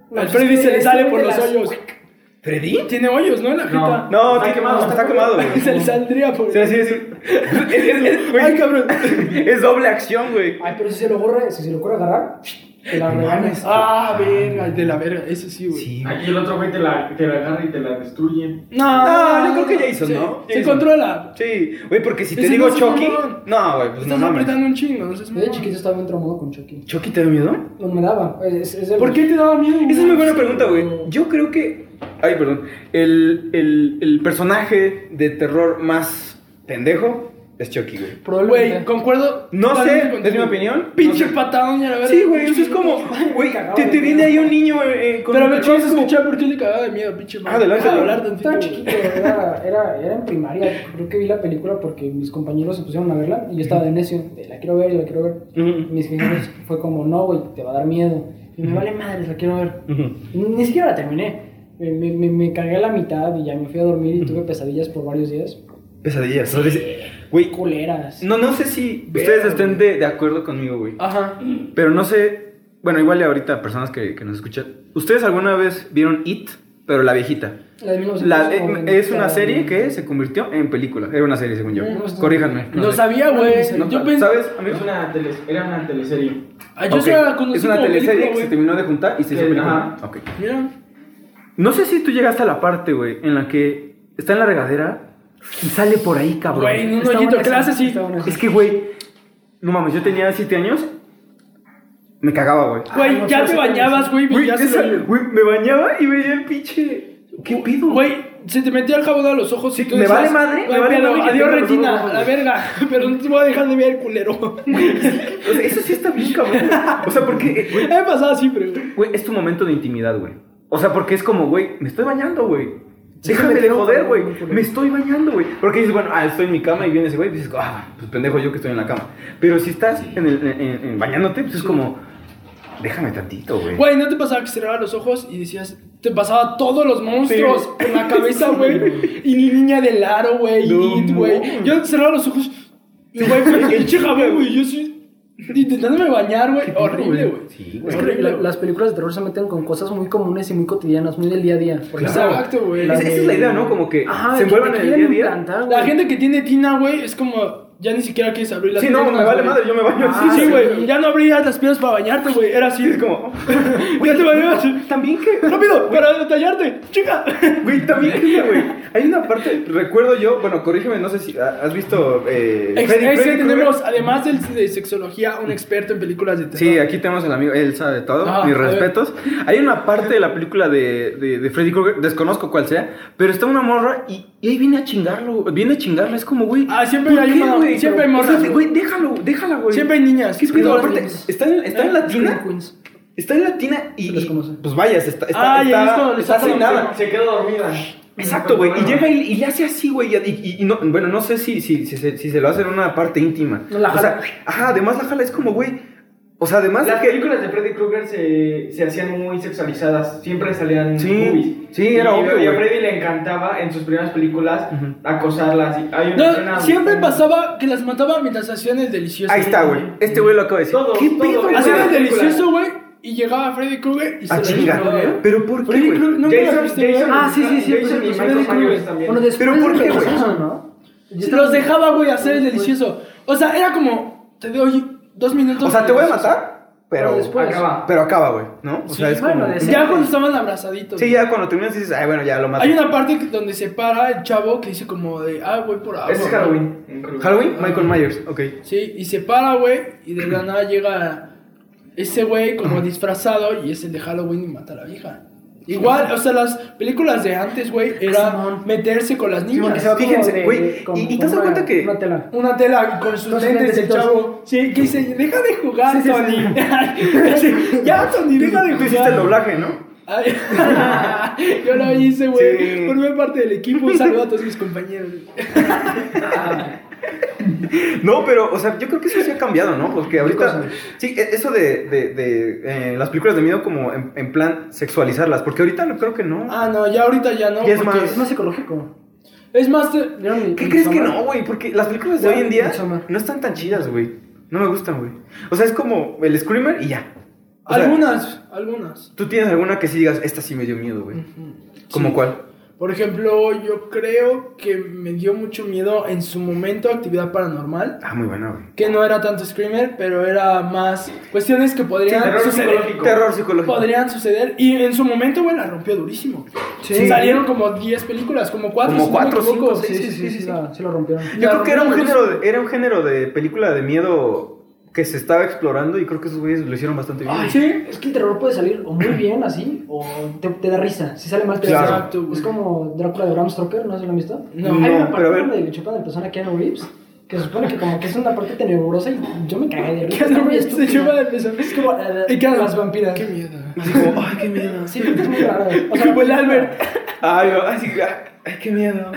No, Al pues Freddy es que se le es sale de por los las- hoyos. ¿Freddy? Tiene hoyos, ¿no? En la jeta. No, Está está quemado, quemado, está está *laughs* quemado, güey. Se le saldría por. Sí, así, así. Es, es- es- güey, Ay, cabrón. es doble acción, güey. Ay, pero si se lo borra, si se lo *laughs* ocurre agarrar, te la regalas. Ah, verga, de la verga, eso sí, güey. Sí. Aquí el otro güey te la, te la agarra y te la destruye. No, No, yo creo que Jason, ¿no? Se Jason. controla. Sí, güey, porque si te Ese digo no es Chucky. mamón. No, güey, pues no Estás mames. apretando un chingo, no seas Yo de mamón. chiquito estaba bien traumado con Chucky. ¿Chucky te da miedo? No me daba. Es, es de ¿Por los- qué te daba miedo? güey? Esa es muy buena pregunta, güey. Yo creo que. Ay, perdón. El, el, el personaje de terror más pendejo Es Chucky, güey. Probablemente. Güey, concuerdo. No totalmente sé, contigo. es mi opinión. Pinche patadón, ya la verdad. Sí, güey, eso es como, güey, te, te viene ahí un niño eh, eh, con Pero a un ver, vamos a casco. escuchar por qué le cagaba de miedo, pinche madre. Adelante. Deja de hablar tantito, Estaba güey. chiquito, era, era, era en primaria. Creo que vi la película porque mis compañeros se pusieron a verla y yo estaba de necio. de, la quiero ver, la quiero ver. Ujú. Mis compañeros fue como, no, güey, te va a dar miedo. Y me vale madres, la quiero ver. Ni, ni siquiera la terminé. Me, me, me, me cargué a la mitad y ya me fui a dormir y tuve pesadillas por varios días. Pesadillas. ¿no? Güey, Culeras. no, no sé si ustedes estén de, de acuerdo conmigo, güey. Ajá. Pero no sé, bueno, igual y ahorita personas que, que nos escuchan. ¿Ustedes alguna vez vieron It, pero la viejita? La de La- eh, 1990. es una serie que se convirtió en película. Era una serie, según yo. No sé. Corríjanme. Lo sé. sabía, güey. No, Yo pensé. ¿Sabes, amigo? Es una tele- era una teleserie. Ah, Yo Ok. se la conocí Es una como teleserie película, que se güey. terminó de juntar y se hizo Que- película. ajá. Ok. Mira. No sé si tú llegaste a la parte, güey, en la que está en la regadera y sale por ahí, cabrón. Güey, en un Está hoyito buena clase esa, sí. está buena esa. Es que, güey, no mames, yo tenía 7 años. Me cagaba, güey. Ah, no, Güey, ya pero te sí, bañabas, güey. Güey, ya se esa- lo- güey, me bañaba y veía el pinche. ¿Qué pido? Güey, se te metía el jabón a los ojos y Sí, tú me decías, vale madre, güey, me vale pero madre que adiós tenga los ojos retina, rojos, a la güey. verga, *laughs* pero no te voy a dejar de ver el culero. *laughs* O sea, eso sí está bien, cabrón. O sea, porque, eh, güey, Me ha pasado siempre, güey. güey, es tu momento de intimidad, güey. O sea, porque es como, güey, me estoy bañando, güey. Sí, Déjame me de creo, joder, güey. cabrón, muy culero. Me estoy bañando, güey. Porque dices, bueno, ah, estoy en mi cama y viene ese güey y dices, ah, pues pendejo yo que estoy en la cama. Pero si estás en el, en- en- en bañándote, pues es como, déjame tantito, güey. Güey, ¿no te pasaba que cerrabas los ojos y decías, te pasaba todos los monstruos por la cabeza, güey? Y ni niña del aro, güey, No, y It, güey. no. Yo cerraba los ojos, y güey, el jabón, güey, yo sí, intentándome bañar, güey, horrible, güey. Sí, Es güey. que la- las películas de terror se meten con cosas muy comunes y muy cotidianas, muy del día a día. Por ejemplo, Exacto, güey. Esa, esa es la idea, ¿no? Como que Ajá, se que te envuelvan en el día a quieren día. implantar, güey. La gente que tiene tina, güey, es como, ya ni siquiera quieres abrir las Sí, no, piernas, me vale güey. madre, yo me baño Ah, Sí, así. sí, güey, ya no abrías las piernas para bañarte, güey, era así, Es como, *laughs* ya te bañabas, también que rápido, para detallarte, chica. *laughs* Güey, también que, güey. Hay una parte, recuerdo yo, bueno, corrígeme, no sé si ah, has visto. Ex- Eh, Freddy- es que Freddy Krueger? tenemos, además del, de sexología, un experto en películas de terror. Sí, aquí tenemos al amigo, él sabe todo, Ah, mis a ver. respetos. Hay una parte de la película de, de, de Freddy Krueger, desconozco cuál sea, pero está una morra y, y ahí viene a chingarlo, viene a chingarla, es como, güey. Ah, siempre ¿por hay qué, una- güey? siempre hay Pero, o sea, morras, Güey, déjalo, déjala, güey. Siempre hay niñas. ¿Qué Sí, pedo? las Aparte, niñas. está en, está en Scream latina, Queens. está en latina y, Se les y- conoce. pues vaya, está, está, Ah, ya está, he visto, les está hacen sin nada. Se quedó dormida. Exacto, güey. Y llega y, y le hace así, güey. Y, y- y no, bueno, no sé si, si, si, se- si se lo hace en una parte íntima. No, la o sea, jala. ajá, además la jala es como, güey. O sea, además de Las que. películas de Freddy Krueger se, se hacían muy sexualizadas, siempre salían Sí, movies. sí, era y, obvio, Y a güey. Freddy le encantaba en sus primeras películas Ujú. acosarlas. y hay una escena- No, siempre pasaba que las mataba mientras hacían el delicioso. Ahí está, güey. Este güey lo acaba de decir. Todo, ¿Qué todo, pedo, güey? Hacían el Güey. delicioso, güey, y llegaba Freddy Krueger y se A la chinga. chingaba. ¿Pero por qué, Freddy güey? Krueger, no me la Jason, viste, güey. Jason, Ah, sí, sí, sí, sí, Jason y pues, sí, Michael Freddy Myers Krueger. también. Bueno, después ¿Pero por qué, de- güey? eso, ¿no? Yo Los también- dejaba, güey, hacer el delicioso. O sea, era como, te doy dos minutos. O sea, te voy a matar, pero. Pero después. Acaba. Pero acaba, güey, ¿no? O sea, es bueno, como. de- Ya cuando estaban abrazaditos. Sí, güey. ya cuando terminas dices, ay, bueno, ya lo mato. Hay una parte que- donde se para el chavo que dice como de, ah, voy por agua. Ese es güey. Halloween. pues, en Krueger. Halloween, Michael Myers, ok. Sí, y se para, güey, y de la nada llega ese güey *clears throat* como disfrazado y es el de Halloween y mata a la vieja. Igual, o sea, las películas de antes, güey, era Simón. meterse con las Sí, porque niñas. se va como Fíjense, de- güey, de- y- como- y te como has dado una- cuenta que- Una tela. una tela con sus Los lentes el lentecitos. chavo. Sí, que dice, deja de jugar, Sí, sí, sí. Tony. *laughs* Sí, ya, Tony, deja de Tú jugar. hiciste el doblaje, ¿no? Ay, *laughs* Yo lo hice, güey. Sí. Formé parte del equipo. Un saludo a todos mis compañeros. No, pero, o sea, yo creo que eso sí ha cambiado, ¿no? Porque ahorita. cosa? Sí, e- eso de, de, de eh, las películas de miedo, como en, en plan sexualizarlas. Porque ahorita no creo que no. Ah, no, ya ahorita ya no. Y es porque- más- Es más psicológico. Es más, te- ¿Vieron mi- ¿Qué mi crees que cámara? no, güey? Porque las películas de hoy Güey, en día Midsommar. no están tan chidas, güey. No me gustan, güey. O sea, es como el screamer y ya. O sea, algunas, algunas. ¿Tú tienes alguna que sí digas, esta sí me dio miedo, güey? ¿Cómo Mm, Sí. cuál? Por ejemplo, yo creo que me dio mucho miedo en su momento actividad paranormal, Ah, muy buena, güey. que no era tanto screamer, pero era más cuestiones que podrían terror suceder. psicológico. Terror psicológico. Podrían suceder y en su momento, güey, la rompió durísimo. Sí. Salieron como 10 películas, como 4, Como cuatro, cinco, Sí, sí, sí, sí, sí. la- sí lo rompieron. Yo creo que era un La- género de, era un género de película de miedo que se estaba explorando y creo que esos güeyes lo hicieron bastante bien. Ay, sí. Es que el terror puede salir o muy bien así, o te, te da risa. Si sale mal, te Claro. da Exacto, risa. güey. Es como Drácula de Bram Stoker, ¿no se lo han visto? No. Hay No, una parte pero a ver. donde le chupan el persona a Keanu Reeves Que se supone que como que es una parte tenebrosa y yo me *laughs* cagué de risa. Que está muy no se estúpida. lleva la mesa. Es como eh, Y claro, las vampiras. Qué miedo. Así como, ay, qué miedo. Sí, es muy raro. O sea, Como el Albert. Ay, yo, así, ay, qué miedo.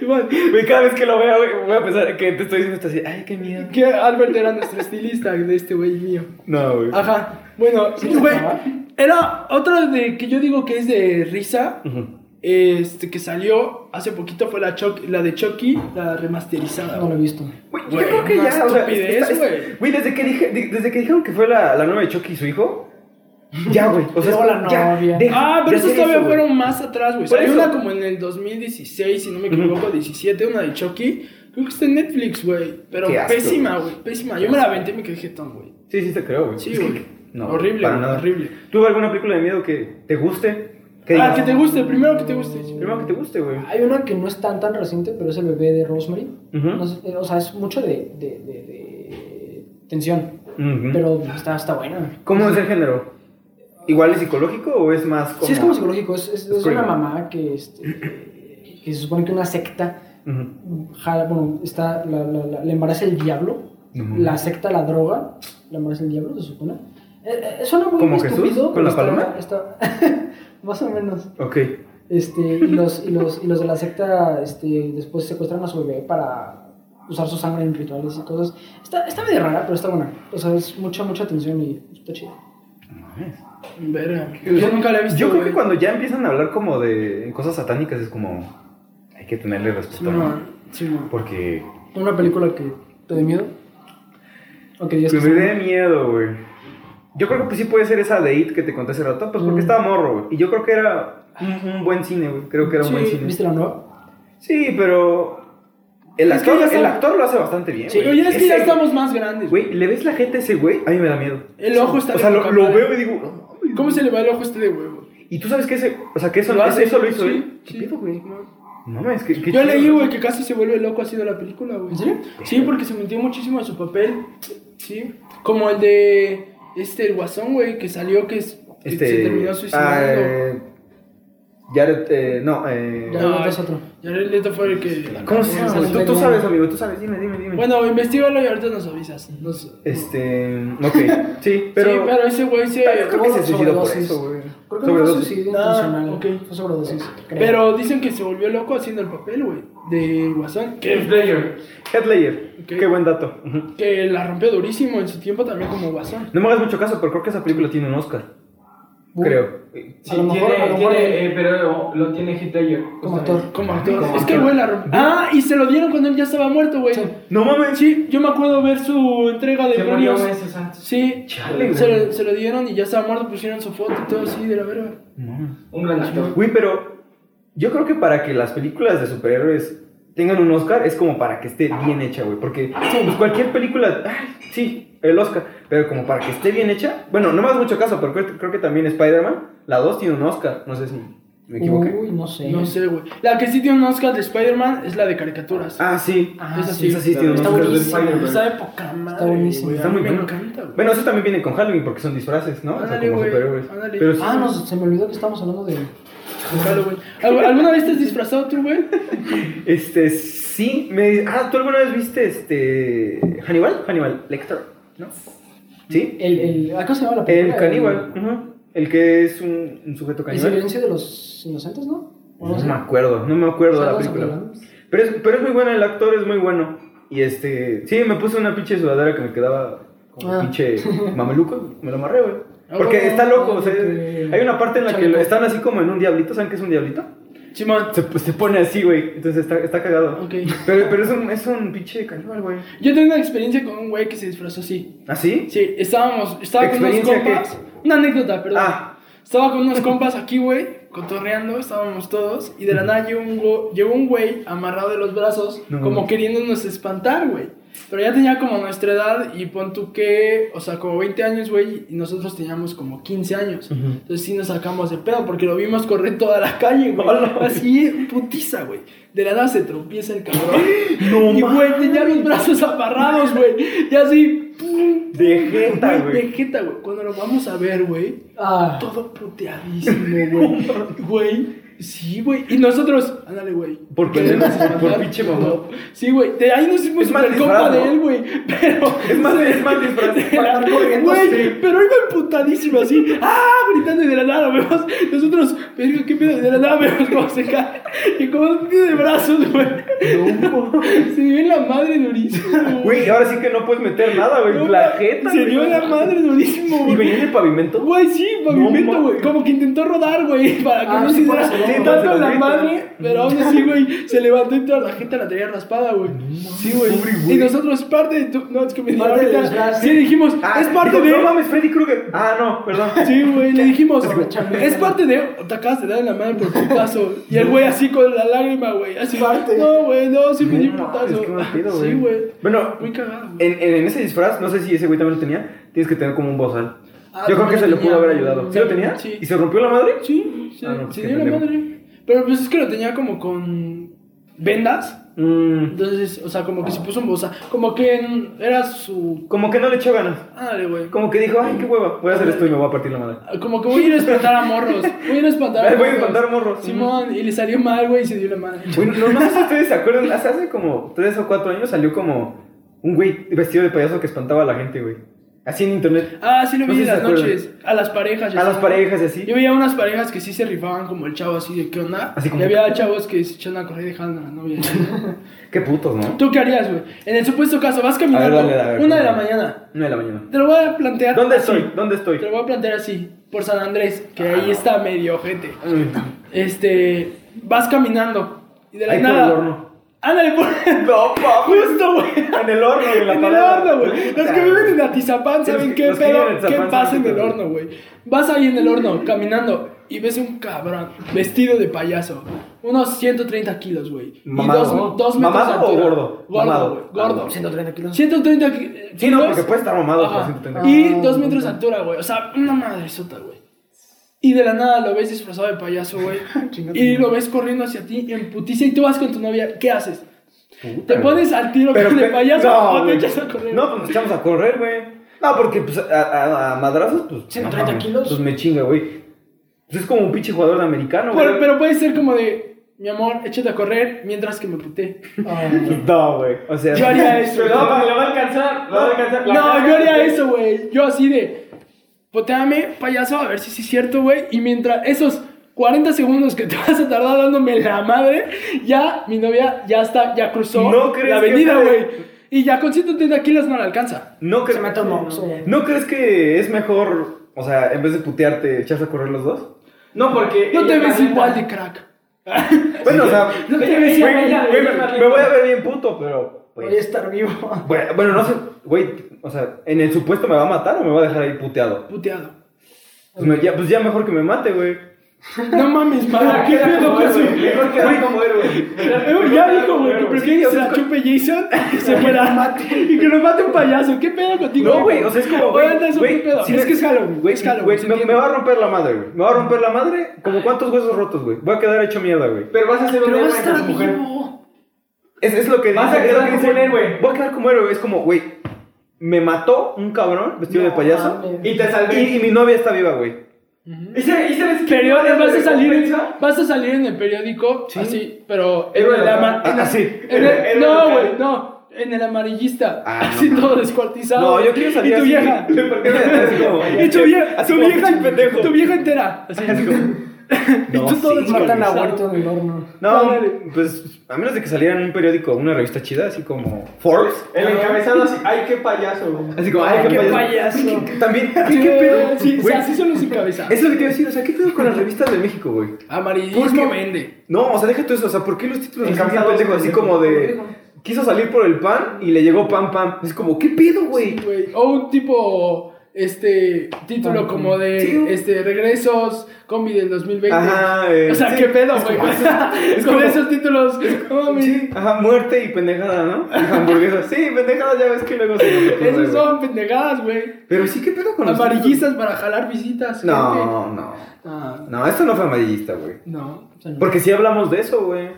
Igual. Güey, cada vez que lo veo, güey, voy a pensar que te estoy diciendo esto así, ay, qué miedo. Que Albert era nuestro estilista de este güey mío. No, güey. Ajá. Bueno, ¿Sí te güey. acordaba? Era otra de que yo digo que es de risa. Este que salió hace poquito fue la, Chuck- la de Chucky, la remasterizada. No lo he visto. Güey, yo Güey, creo que una ya, o sea, estupidez, está- güey. es- güey, desde que dije, de- desde que dijeron que fue la, la nueva de Chucky y su hijo, ya, güey, o sea, Luego la ya, novia. deja- Ah, pero ya esos sé todavía eso, güey. fueron más atrás, güey. Por Hay eso. una como en el 2016, si no me equivoco, 17, una de Chucky. Creo que está en Netflix, güey. Pero Qué asco, pésima, güey. Pésima. Yo me la aventé y me quedé jetón, güey. Sí, sí te creo, güey. Sí, Es que- güey. No, horrible, para güey, nada. horrible. ¿Tuvo alguna película de miedo que te guste? Que ah, digas, que te Ah, guste, primero que te guste. Primero que te guste, güey. Hay una que no es tan tan reciente, pero es el bebé de Rosemary. Ujú. No sé, eh, o sea, es mucho de, de, de- de tensión. Ujú. Pero está, está buena. ¿Cómo es el género? ¿Igual es psicológico o es más como...? Sí, es como psicológico. Es, es- es Scream. una mamá que, este, que se supone que una secta Ujú. jala, bueno, está, la, la, la- le embaraza el diablo. No mames. la secta, la droga, la embaraza el diablo, se supone. Eh, eh, suena muy ¿Como estúpido. Jesús? ¿Con pero la está- paloma? está- *laughs* más o menos. Ok. Este, y, los, y, los, y los de la secta este, después secuestran a su bebé para usar su sangre en rituales y cosas. Está, está medio rara, pero está buena. O sea, es mucha, mucha atención y está chido. Verga. Yo nunca la he visto. Yo creo que Este, güey. cuando ya empiezan a hablar como de cosas satánicas es como... Hay que tenerle Sí, respeto, no, ¿no? sí, no. Porque... ¿Una película que te dé miedo? ¿O que digas Que que me está- dé miedo, güey. Yo creo que pues, sí puede ser esa de It que te conté hace rato, pues porque Mm. estaba morro, güey. Y yo creo que era un, un buen cine, güey. Creo que era un Sí, buen cine. ¿Viste la nueva? Sí, pero... El Es que actor, ya el sabe- actor lo hace bastante bien, Sí, pero güey. ya es que Ese ya güey- estamos más grandes. Eh, güey. Güey, ¿le ves la gente a ese güey? A mí me da miedo. El ojo está. O sea, de lo, poca lo madre. veo y digo... "No, mames". ¿Cómo se le va el ojo a este de huevo? Y tú sabes que ese... O sea, que eso Lo lo, hace, eso lo hizo sí, él. sí. ¿Qué pedo, güey? No. No mames, que... Yo leí, güey, que casi se vuelve loco así de la película, güey. ¿En serio? Sí, porque se metió muchísimo a su papel. Sí. Como el de este, el guasón, güey, que salió que, es- que Este... se terminó ah, suicidando. eh, Jared... eh, no, eh... Ya, Jared Leto es otro. Jared Leto fue el que. ¿Cómo se llama? Sale güey? Tú, un tú güey sabes, nuevo. amigo, tú sabes. Dime, dime, dime. Bueno, investigalo y ahorita nos avisas. Nos- Este, ok, sí, Pero, pero... sí, pero ese güey se. Pero creo que se Tuvo suicidó por sobredosis. eso, güey. Creo que no fue Sobredosis. suicidio Ah, intencional. ok. Fue sobredosis. creo. Pero dicen que se volvió loco haciendo el papel, güey, de guasón. Game Que, Player. Headlayer, Ok. qué buen dato. Ujú. que la rompió durísimo en su tiempo también como guasón. No me hagas mucho caso, pero creo que esa película tiene un Oscar. Uh, Creo. Sí, A lo mejor- tiene, a lo mejor- tiene, eh, pero lo, lo tiene Hitler. Como actor. Como actor. Como es que, actor. güey, la rompió. Ah, y se lo dieron cuando él ya estaba muerto, güey. Sí. No mames, Sí, yo me acuerdo ver su entrega de Se murió premios. meses antes. Sí, Chale, güey. se, lo- se lo dieron y ya estaba muerto, pusieron su foto y todo así de la verga. Un gran actor. Güey, pero yo creo que para que las películas de superhéroes tengan un Oscar es como para que esté bien hecha, güey. Porque pues, cualquier película, ay, sí, el Oscar, pero como para que esté bien hecha. Bueno, no me hagas mucho caso, pero creo, creo que también Spider-Man, la 2 tiene un Oscar. No sé si me equivoqué. Uy, no sé. No sé, güey. La que sí tiene un Oscar de Spider-Man es la de caricaturas. Ah, sí. Ah, Esa sí. sí. Esa sí tiene un Está Oscar. buenísima. Spider-Man. Está de poca madre. Está buenísimo. güey. Está A mí muy me bueno. encanta, güey. Bueno, eso también viene con Halloween porque son disfraces, ¿no? Ándale, o sea, como güey, superhéroes. ándale. Pero sí- Ah, no, se me olvidó que estábamos hablando de. Déjalo, Pues, güey. ¿Al- ¿Alguna vez te has disfrazado tú, güey? Este, sí, me... Ah, ¿tú alguna vez viste, este... Hannibal? Hannibal Lecter, ¿no? ¿Sí? El, el, ¿a ¿Cómo se llama la El película? caníbal, ujú. El que es un, un sujeto El caníbal. silencio de los inocentes, ¿no? ¿O No sé? me acuerdo, no me acuerdo de la ¿Sabes película. dónde se acuerdan? Pero es, pero es muy bueno, el actor es muy bueno. Y este... Sí, me puse una pinche sudadera que me quedaba como Ah. *laughs* Oh, pinche mameluco. Me lo amarré, güey. Ah, Porque bueno, está loco, o sea, ok. hay una parte en la que Chaleco. están así como en un diablito, ¿saben qué es un diablito? Simón. Se, pues, se pone así, güey. Entonces está, está cagado. Ok. Pero, pero es, un, es un pinche caníbal, güey. Yo tengo una experiencia con un güey que se disfrazó así. ¿Ah, sí? Sí, estábamos, estaba con unos ¿Experiencia compas. Una anécdota, perdón. Ah. Estaba con unos compas aquí, güey, cotorreando, estábamos todos, y de la nada llegó un, go- llegó un güey amarrado de los brazos, No. como queriéndonos espantar, güey. Pero ya tenía como nuestra edad, y pon tú que, o sea, como 20 años, güey, y nosotros teníamos como 15 años. Ujú. Entonces sí nos sacamos de pedo, porque lo vimos correr toda la calle, güey. *laughs* Hola, güey. Así, putiza, güey. De la nada se tropieza el cabrón. *gasps* No y, güey, tenía los brazos amarrados, güey. Y así, pum, De jeta, güey, de güey. jeta, güey. Cuando lo vamos a ver, güey Ah, todo puteadísimo, güey. Güey, Sí, güey. Y nosotros, ándale, güey. Por Queremos pendejo, por mandar- pinche mamón. Sí, güey. De ahí nos hicimos Es más super compa disfraz, de ¿no? él, güey. Pero. Es más, es *laughs* más disfraz. Era- andar corriendo, Güey, pero iba emputadísimo así, ¡ah! gritando y de la nada lo vemos. Nosotros, verga, qué pedo, y de la nada vemos cómo se cae. Y como tiene de brazos, güey. Se dio en la madre durísimo. Güey, ahora sí que no puedes meter nada, güey. No, la jeta, Se güey. dio en la madre durísimo, Y güey. venía en el pavimento. Güey, sí, No, pavimento, ma- güey. Como que intentó rodar, güey, *laughs* para que Ah, no sí, se por diera eso, sí, por tanto eso la grita. madre. Pero aún así, güey, se levantó y toda la gente la traía raspada, güey. Sí, güey. pobre güey. Y nosotros, parte de tu. No, es que me Parte del ahorita. disfraz, Sí, sí. dijimos, Ah, es parte digo, de. No mames, Freddy Krueger. Ah, no, perdón. *laughs* Sí, güey, *laughs* le dijimos, Aprovechando. es parte de. Te acabas de dar en la madre por putazo. Y el güey así con la lágrima, güey. Así Parte. No, güey, no, sí me dio un No, putazo. es que mal pedo, Sí, güey. Bueno, Muy cagado, güey. en, en, en ese disfraz, no sé si ese güey también lo tenía, tienes que tener como un bozal. Ah, Yo creo que también se le tenía, pudo haber güey. ayudado. ¿Sí lo tenía? Sí. ¿Y se rompió la madre? Sí, se, Ah, no, pues se qué dio la pendejo. madre. Pero pues es que lo tenía como con vendas. Mm, Entonces, o sea, como que se Ah. puso en bosa. Como que en- era su. *laughs* como que no le echó ganas. Madre, güey. Como que dijo, ay, qué hueva, voy a hacer esto y me voy a partir la madre. Como que voy a ir a espantar a morros. Voy a ir a espantar *laughs* Voy a espantar morros. pues. Simón, y le salió mal, güey, y se dio la madre. Güey, no, no sé si ustedes se acuerdan, hace, hace como 3 o 4 años salió como un güey vestido de payaso que espantaba a la gente, güey. Así en internet. Ah, sí lo No vi sé en si las se acuerdan. noches. A las parejas. ya A las sabes. parejas y así. Yo veía unas parejas que sí se rifaban como el chavo así de qué onda. Así como- Y había chavos que se echaban a correr dejando a la novia. *laughs* Qué putos, ¿no? ¿Tú qué harías, güey? En el supuesto caso, vas A ver, caminando dale, dale, una de la dale. mañana. Una de la mañana. Te lo voy a plantear. ¿Dónde así. estoy? ¿Dónde estoy? Te lo voy a plantear así. Por San Andrés, que ahí Ah. está medio ojete. Este. Vas caminando. Y de la Ahí por nada. Ah, pues, *laughs* el horno. Ándale, por. No, Justo, güey. En el horno, güey, la En el parada. horno, güey. Los que viven en Atizapán saben Los- qué los que pedo, viven en qué Atizapán pasa saben en qué el pedo. horno, güey. Vas ahí en el horno caminando y ves un cabrón vestido de payaso. Unos 130 kilos, güey. Y Mamado, dos, ¿no? dos metros ¿Mamado de o altura. gordo? Gordo, Mamado. güey. Gordo. Ah, 130 kilos. 130 ki- kilos. Sí, no, porque puede estar mamado, Ajá. pero 130 Y Ah, dos metros de altura, güey. O sea, una madresota, güey. Y de la nada lo ves disfrazado de payaso, güey. *laughs* Chinga tu y madre. lo ves corriendo hacia ti en putiza y tú vas con tu novia. ¿Qué haces? Puta, ¿Te pones al tiro Pero con el pe- payaso no, o te güey. echas a correr? No, pues nos echamos a correr, güey. No, porque pues a, a- a madrazos, pues. 130 no mames, kilos. Pues me chinga, güey. Pues es como un pinche jugador de americano, güey. Pero, pero puede ser como de, mi amor, échate a correr mientras que me puté. Ah, No, güey. O sea. Yo *laughs* haría eso. Pero no, porque lo va a alcanzar. Lo va a alcanzar. La No, carga yo haría que- eso, güey. Yo así de, poteame, payaso, a ver si sí es cierto, güey. Y mientras esos 40 segundos que te *laughs* vas a tardar dándome la madre, ya mi novia ya está, ya cruzó No crees la que avenida, puede- güey. Y ya con 130 kilos no la alcanza. No Se crees. me tomó. Sí. ¿No crees que es mejor, o sea, en vez de putearte, echarse a correr los dos? No, porque. No te ella, la ves neta, igual de crack. Bueno, o sea. No te güey, ves igual, güey, ya, güey, ya, ya, me, ya. me voy a ver bien puto, pero. pues, Voy a estar vivo. bueno, bueno, no sé, güey, o sea, en el supuesto me va a matar o me va a dejar ahí puteado. Puteado. Pues, me- ya, pues ya mejor que me mate, güey. No mames, *laughs* madre. ¿Qué Queda pedo como con héroe, su- *laughs* Mejor quedar como héroe. Eh, Ya Mejor quedar dijo, como güey, que héroe. prefiere que se la chupe *laughs* Jason a que se muera. Y que nos mate un payaso. ¿Qué pedo contigo? No, güey, o sea, es como, Oye, güey, anda, eso, güey, ¿qué pedo? si es me- que es Halloween, güey. Güey, Es Halloween. güey, se me, me entiende. va a romper la madre, güey. Me va a romper la madre como cuántos huesos rotos, güey. Voy a quedar hecho mierda, güey. Pero vas a ser un Pero vas a héroe estar como mujer. vivo. Es, es lo que Vas a dice- es quedar lo que como dice- un héroe. Voy a quedar como héroe. Es como, güey, me mató un cabrón vestido de No, payaso. mames. Y te Y, salvé. y mi novia está viva, güey. ¿Y sabes y sabes qué? Pero ¿Cuál es la vas a salir en, recompensa? vas a salir en el periódico, así, pero en Héroe el local. ama- en Ah, el- sí. en el- Héroe No, local. güey, no. En el amarillista. Ah, así no. todo descuartizado. No, yo quiero salir Y tu así. vieja. *laughs* Así como- Y tu vieja, así tu como vieja, pinche pendejo. tu vieja entera. Así. Así como- *laughs* Y No, tú todo sí, güey. Matan a descuartizado. huerto en el horno. No, Ándale. pues a menos de que saliera en un periódico, una revista chida, así como Forbes. El encabezado así. Ay, qué payaso. güey. Así como, ay, Ay, qué, qué payaso. payaso. También, Sí, ay, qué pedo. Sí, o Güey, sea, así son los sin cabeza. Es lo que te iba a decir, o sea, ¿qué pedo con las revistas de México, güey? ¿Por Amarillismo qué? vende. No, o sea, deja tú eso, o sea, ¿por qué los títulos están bien Encabezados, pendejos? Así como de. Quiso salir por el pan y le llegó pam pam. Es como, ¿qué pedo, güey? güey. O un tipo, este, título Ah, como de, sí. este, regresos, combi del 2020. Ajá, eh, O sea, sí. qué pedo, güey. *laughs* es Con como- esos títulos. no mames. Sí, ajá, muerte y pendejada, ¿no? Y *laughs* hamburguesa. Sí, pendejada, ya ves que luego se lo ocurre, Esos güey. son pendejadas, güey. Pero sí, ¿qué pedo con los títulos? Amarillistas para jalar visitas. gente. No, no. Ah, No, esto no fue amarillista, güey. no. *laughs* O sea, no. Porque sí hablamos de eso, güey.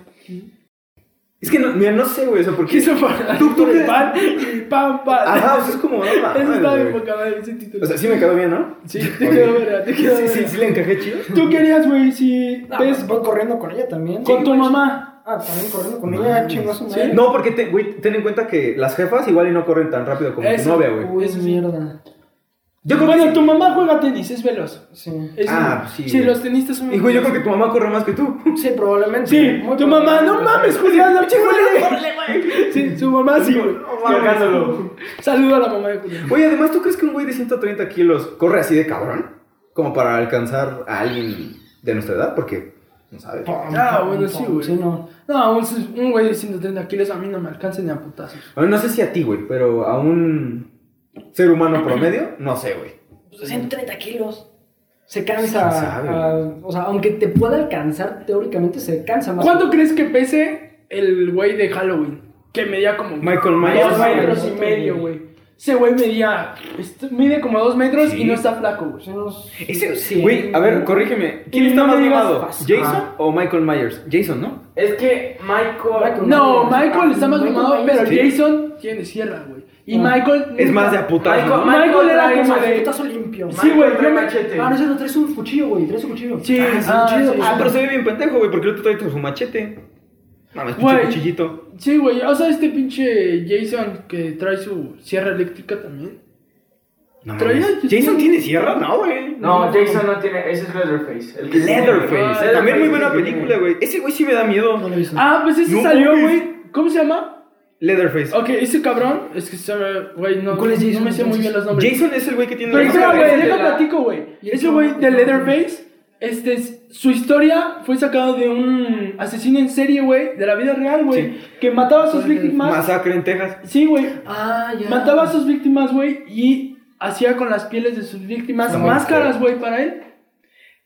Es que no, mira, no sé, güey, o sea, porque... Quiso para ¿Tú- tú por el crees? pan y pam, pam. Ajá, o sea, es como... No, Eso mames, está güey. bien poca madre ese título. o sea, sí me quedó bien, ¿no? *laughs* *laughs* sí, te quedó verga, te quedó Sí, sí, verga. sí pues, le encajé chido. ¿Tú querías, güey, si Ah, ves voy corriendo con ella también. Pues, con tu mamá? Ah, también corriendo con ella, chingo su madre. No, porque, te- güey, ten en cuenta que las jefas igual y no corren tan rápido como Eso, tu novia, güey. Uy, Eso sí. mierda. Yo creo Bueno, que... tu mamá juega tenis, es veloz. Sí. Es- Ah, sí, Sí, güey. los tenistas son... Y, güey, yo creo que tu mamá corre más que tú. Sí, probablemente. Sí, Muy tu mamá, probablemente. no *laughs* mames, Julián, la güey. Sí, su mamá sí, güey. Cargándolo. Saludo a la mamá de Julián. Oye, además, ¿tú crees que un güey de 130 kilos corre así de cabrón? Como para alcanzar a alguien de nuestra edad, porque no sabes. Pam, Ah, pam, bueno, sí, pam. güey. Sí, no. No, un, un güey de 130 kilos a mí no me alcanza ni a putazos. Bueno, no sé si a ti, güey, pero a un ser humano promedio, no sé, güey. Pues, 130 kilos. Se ¿Quién cansa. sabe? ah, o sea, aunque te pueda alcanzar, teóricamente se cansa más. ¿Cuánto crees que pese el güey de Halloween? Que medía como Michael Myers. dos metros y medio, güey. Ese güey medía, est- mide como dos metros Sí. y no está flaco, güey. Unos Ese, 100. güey, a ver, corrígeme. ¿Quién Y está no más me digas mamado? fácil. Ah. ¿Jason o Michael Myers? Jason, ¿no? Es que Michael. Michael. No, Myers. Michael está más Michael mamado, Myers, pero sí. Jason tiene sierra, güey. Y Ah. Michael. Es nunca- más de a putazos, Michael, ¿no? Michael era Michael como trae de. Putazo limpio. Sí, güey, yo trae me- machete. Ah, no, ese no traes un cuchillo, güey. Traes un cuchillo. Sí, Ah, ese ah, cuchillo, sí, pues, Ah, pero se ve bien pendejo, güey, porque el otro trae su machete. Mames, pinche Güey. cuchillito. Sí, güey. O sea, este pinche Jason que trae su sierra eléctrica también. No Pero mames. ya- ¿Jason tiene sierra? No, güey. No, Jason no tiene. Ese es Leatherface. El que- Leatherface. Ah, También muy buena Leatherface, el que película, güey. Ese güey sí me da No miedo. lo he visto. Ah, pues ese No salió, mames. güey. ¿Cómo se llama? Leatherface. Ok, ese cabrón. Es que se llama, güey, no, ¿Cuál es no Jason, me sé muy bien los nombres. Jason es el güey que tiene Pero espera, Jason güey, es el deja de la- platico, güey. Jason- Ese güey de Leatherface, este, es- su historia fue sacada de un asesino en serie, güey, de la vida real, güey, Sí. que mataba a sus ¿Cuál es? víctimas. Masacre en Texas. Sí, güey, Ah, ya. mataba a sus víctimas, güey, y hacía con las pieles de sus víctimas No, máscaras, güey, para él.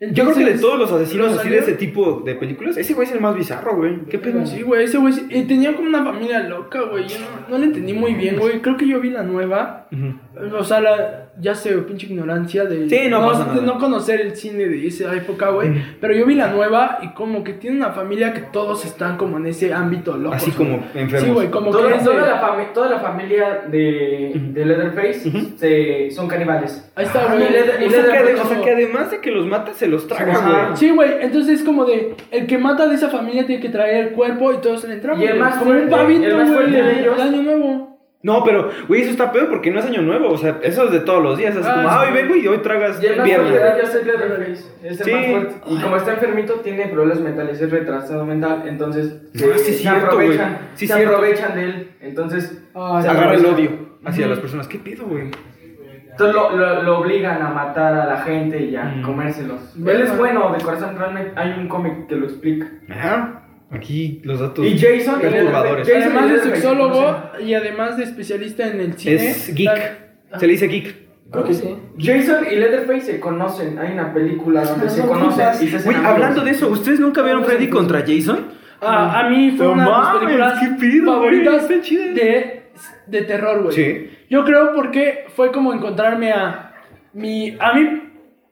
Yo creo que de Entonces, todos los asesinos ¿lo así de salió? ese tipo de películas, ese güey es el más bizarro, güey. ¿Qué pedo? Sí, güey, ese güey sí- eh, tenía como una familia loca, güey. Yo no, no le entendí muy bien, güey. Creo que yo vi la nueva. Ujú. O sea, la- ya sé, pinche ignorancia de Sí, no pasa nada. de no conocer el cine de esa época, güey. Ujú. Pero yo vi la nueva y como que tiene una familia que todos están como en ese ámbito loco. Así como Sí, enfermos. güey, como que Toda, es toda de- la fami- toda la familia de, de Leatherface se- son caníbales. Ahí está, Ah, güey. y le- y O Es sea, el que ade- rollo o sea, como- que además de que los mata, se los Ajá. traga, güey. Sí, güey, entonces es como de el que mata de esa familia tiene que traer el cuerpo y todos le entramos. Y el güey. más como un fuerte- pavito, el más güey, fuerte de el ellos. año nuevo. No, pero, güey, eso está peor porque no es año nuevo. O sea, eso es de todos los días. Es Ah, como, sí. ah, hoy vengo y hoy tragas Y el más fuerte de pierna. ellos es Leatherface. Es el Sí. más fuerte. Y como está enfermito, tiene problemas mentales, es retrasado mental. Entonces, Ah, sí, cierto, aprovechan, güey. Sí, se cierto. aprovechan de él. Entonces, Ah, se ya. Agarra el aprovechan. odio hacia las personas. ¿Qué pedo, güey? Entonces lo, lo- lo obligan a matar a la gente y a Mm. comérselos. Él es bueno de corazón, realmente hay un cómic que lo explica. Ajá. Ah, Aquí los datos Y Jason, perturbadores. el- Jason además de Leatherface, sexólogo ¿cómo y además de especialista en el cine. Es geek. Ah. Se le dice geek. Creo que sí. Jason y Leatherface se conocen. Hay una película donde se No, conocen y se hacen Güey, amigos. hablando de eso, ¿ustedes nunca vieron Freddy contra Jason? Ah, a mí fue No una de mis mames, películas qué pedo, güey, favoritas está chida. de, de terror, güey. Sí. Yo creo porque fue como encontrarme a mi. A mí,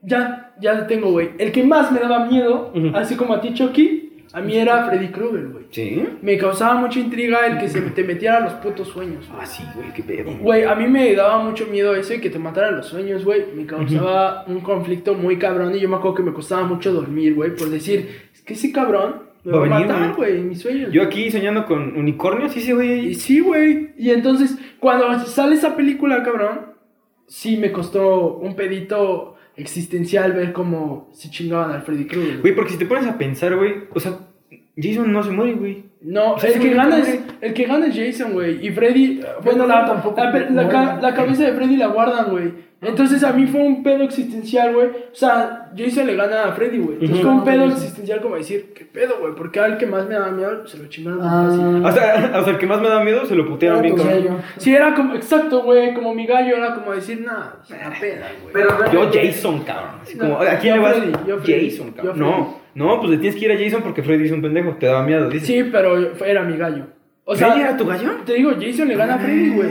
ya, ya lo tengo, güey. El que más me daba miedo, Ujú. así como a ti, Chucky, a mí era Freddy Krueger, güey. Sí. Me causaba mucha intriga el que se te metiera a los putos sueños, güey. Ah, sí, güey, qué pedo. Güey, a mí me daba mucho miedo ese que te matara los sueños, güey. Me causaba un conflicto muy cabrón y yo me acuerdo que me costaba mucho dormir, güey, por decir, es que ese cabrón me va, Va a a venir, matar, güey. güey, en mis sueños. Yo aquí soñando con unicornios, sí, sí, Y güey. sí, güey. Y entonces, cuando sale esa película, cabrón, sí me costó un pedito existencial ver cómo se chingaban al Freddy Krueger. güey. Güey, porque si te pones a pensar, güey, o sea, Jason no se muere, güey. No, O sea, el sí, que, güey, gana es, güey. el que gana es Jason, güey. Y Freddy, bueno, la, tampoco la, me la ca- acuerdo. la cabeza de Freddy la guardan, güey. Entonces a mí fue un pedo existencial, güey. O sea, Jason le gana a Freddy, güey. Entonces Ujú. fue un pedo Ah, existencial como decir, ¿qué pedo, güey? Porque al que más me daba miedo se lo chingaron. Ah, O sea, *laughs* o sea, el que más me da miedo se lo putearon bien, pues, tu cabrón. gallo. Sí, era como, exacto, güey. Como mi gallo era como decir, nada, es una peda, güey. Pero Yo realmente- Jason, cabrón. Así como, No, ¿A quién yo le vas? Freddy, yo Freddy, Jason, yo cabrón. Freddy. No, no, pues le tienes que ir a Jason porque Freddy es un pendejo. Te daba miedo, dice. Sí, pero fue- era mi gallo. O sea, ¿Freddy era tu gallo? Te digo, Jason le gana a Freddy, güey.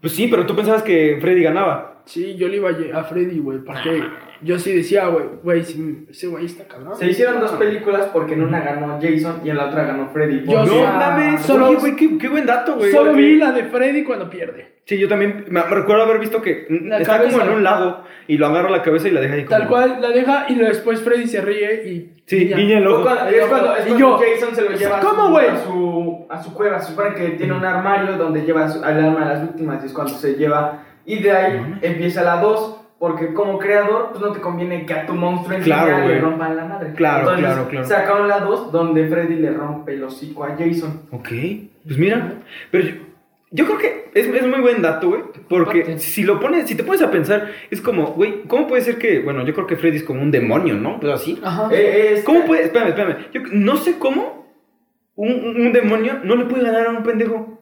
Pues sí, pero tú pensabas que Freddy ganaba. Sí, yo le iba a Ye- a Freddy, güey, porque yo sí decía, güey, güey, sí, ese güey está cabrón. Se hicieron dos películas porque en una ganó Jason y en la otra ganó Freddy. Yo Porque- sí. No mames, Solo- oye, güey, qué, qué buen dato, güey. Solo Oye, vi la de Freddy cuando pierde. Sí, yo también me, me recuerdo haber visto que mm, La está cabeza. como en un lago y lo agarra la cabeza y la deja ahí como... Tal cual la deja y después Freddy se ríe y. Sí, ya. guiña el Fue ojo. cuando- Es cuando, es Y cuando yo, Jason se lo pues, lleva a su- ¿cómo, güey? a, su, a su cueva. Se supone que tiene un armario donde lleva su- al alma de las víctimas y es cuando se lleva. Y de ahí empieza la 2. Porque como creador, pues no te conviene que a tu monstruo en Claro, general le güey. rompan la madre. Claro, claro, claro. Sacaron la 2 donde Freddy le rompe el hocico a Jason. Ok, pues mira, pero yo, yo creo que es, es muy buen dato, güey, porque Aparte. si lo pones, si te pones a pensar, es como, güey, ¿cómo puede ser que, bueno, yo creo que Freddy es como un demonio, ¿no? Pues así. Ajá. Eh, es- ¿Cómo puede, espérame, espérame, yo no sé cómo un, un- un demonio no le puede ganar a un pendejo.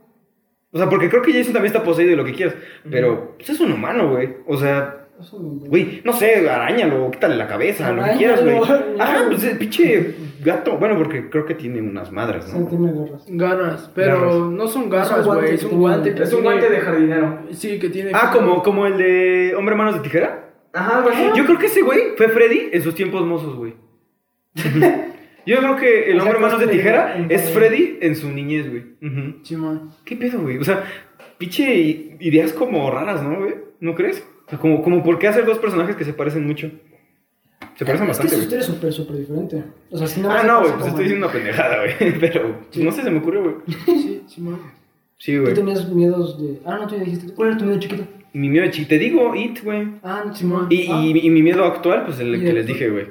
O sea, porque creo que Jason también está poseído y lo que quieras, pero pues es un humano, güey, o sea... Eso me- Güey, no sé, arañalo, quítale la cabeza, lo que quieras, güey. Aráñalo. Ajá, pues el pinche gato. Bueno, porque creo que tiene unas madres, Sí, ¿no? tiene garras. Garras, pero Garras. no son Es un garras, guante güey. Es que un tiene- guante. que Es un tiene- guante de jardinero. Sí, que tiene. Ah, como, como el de Hombre Manos de Tijera. Ajá, algo así. Yo creo que ese güey fue Freddy en sus tiempos mozos, *laughs* güey. Yo creo que el O sea, hombre manos de cosplay, tijera ¿no? es Freddy en su niñez, güey. Ujú. Simón. ¿Qué pedo, güey? O sea, pinche i- ideas como raras, ¿no, güey? ¿No crees? O sea, como, como por qué hacer dos personajes que se parecen mucho. Se parecen Es que bastante, su güey. historia es súper, súper diferente. O sea, si no. Ah, vas a no, güey, pasar pues como- estoy diciendo una pendejada, güey. *laughs* Pero pues, no sé, se me ocurrió, güey. Sí, Simón. Sí, Tú güey. tenías miedos de. Ah, no, tú ya dijiste. ¿Cuál era tu miedo chiquito? Mi miedo, chi- te digo, it, güey. Ah, no, Simón. Y, y, y mi miedo actual, pues el Y que el- les dije, güey.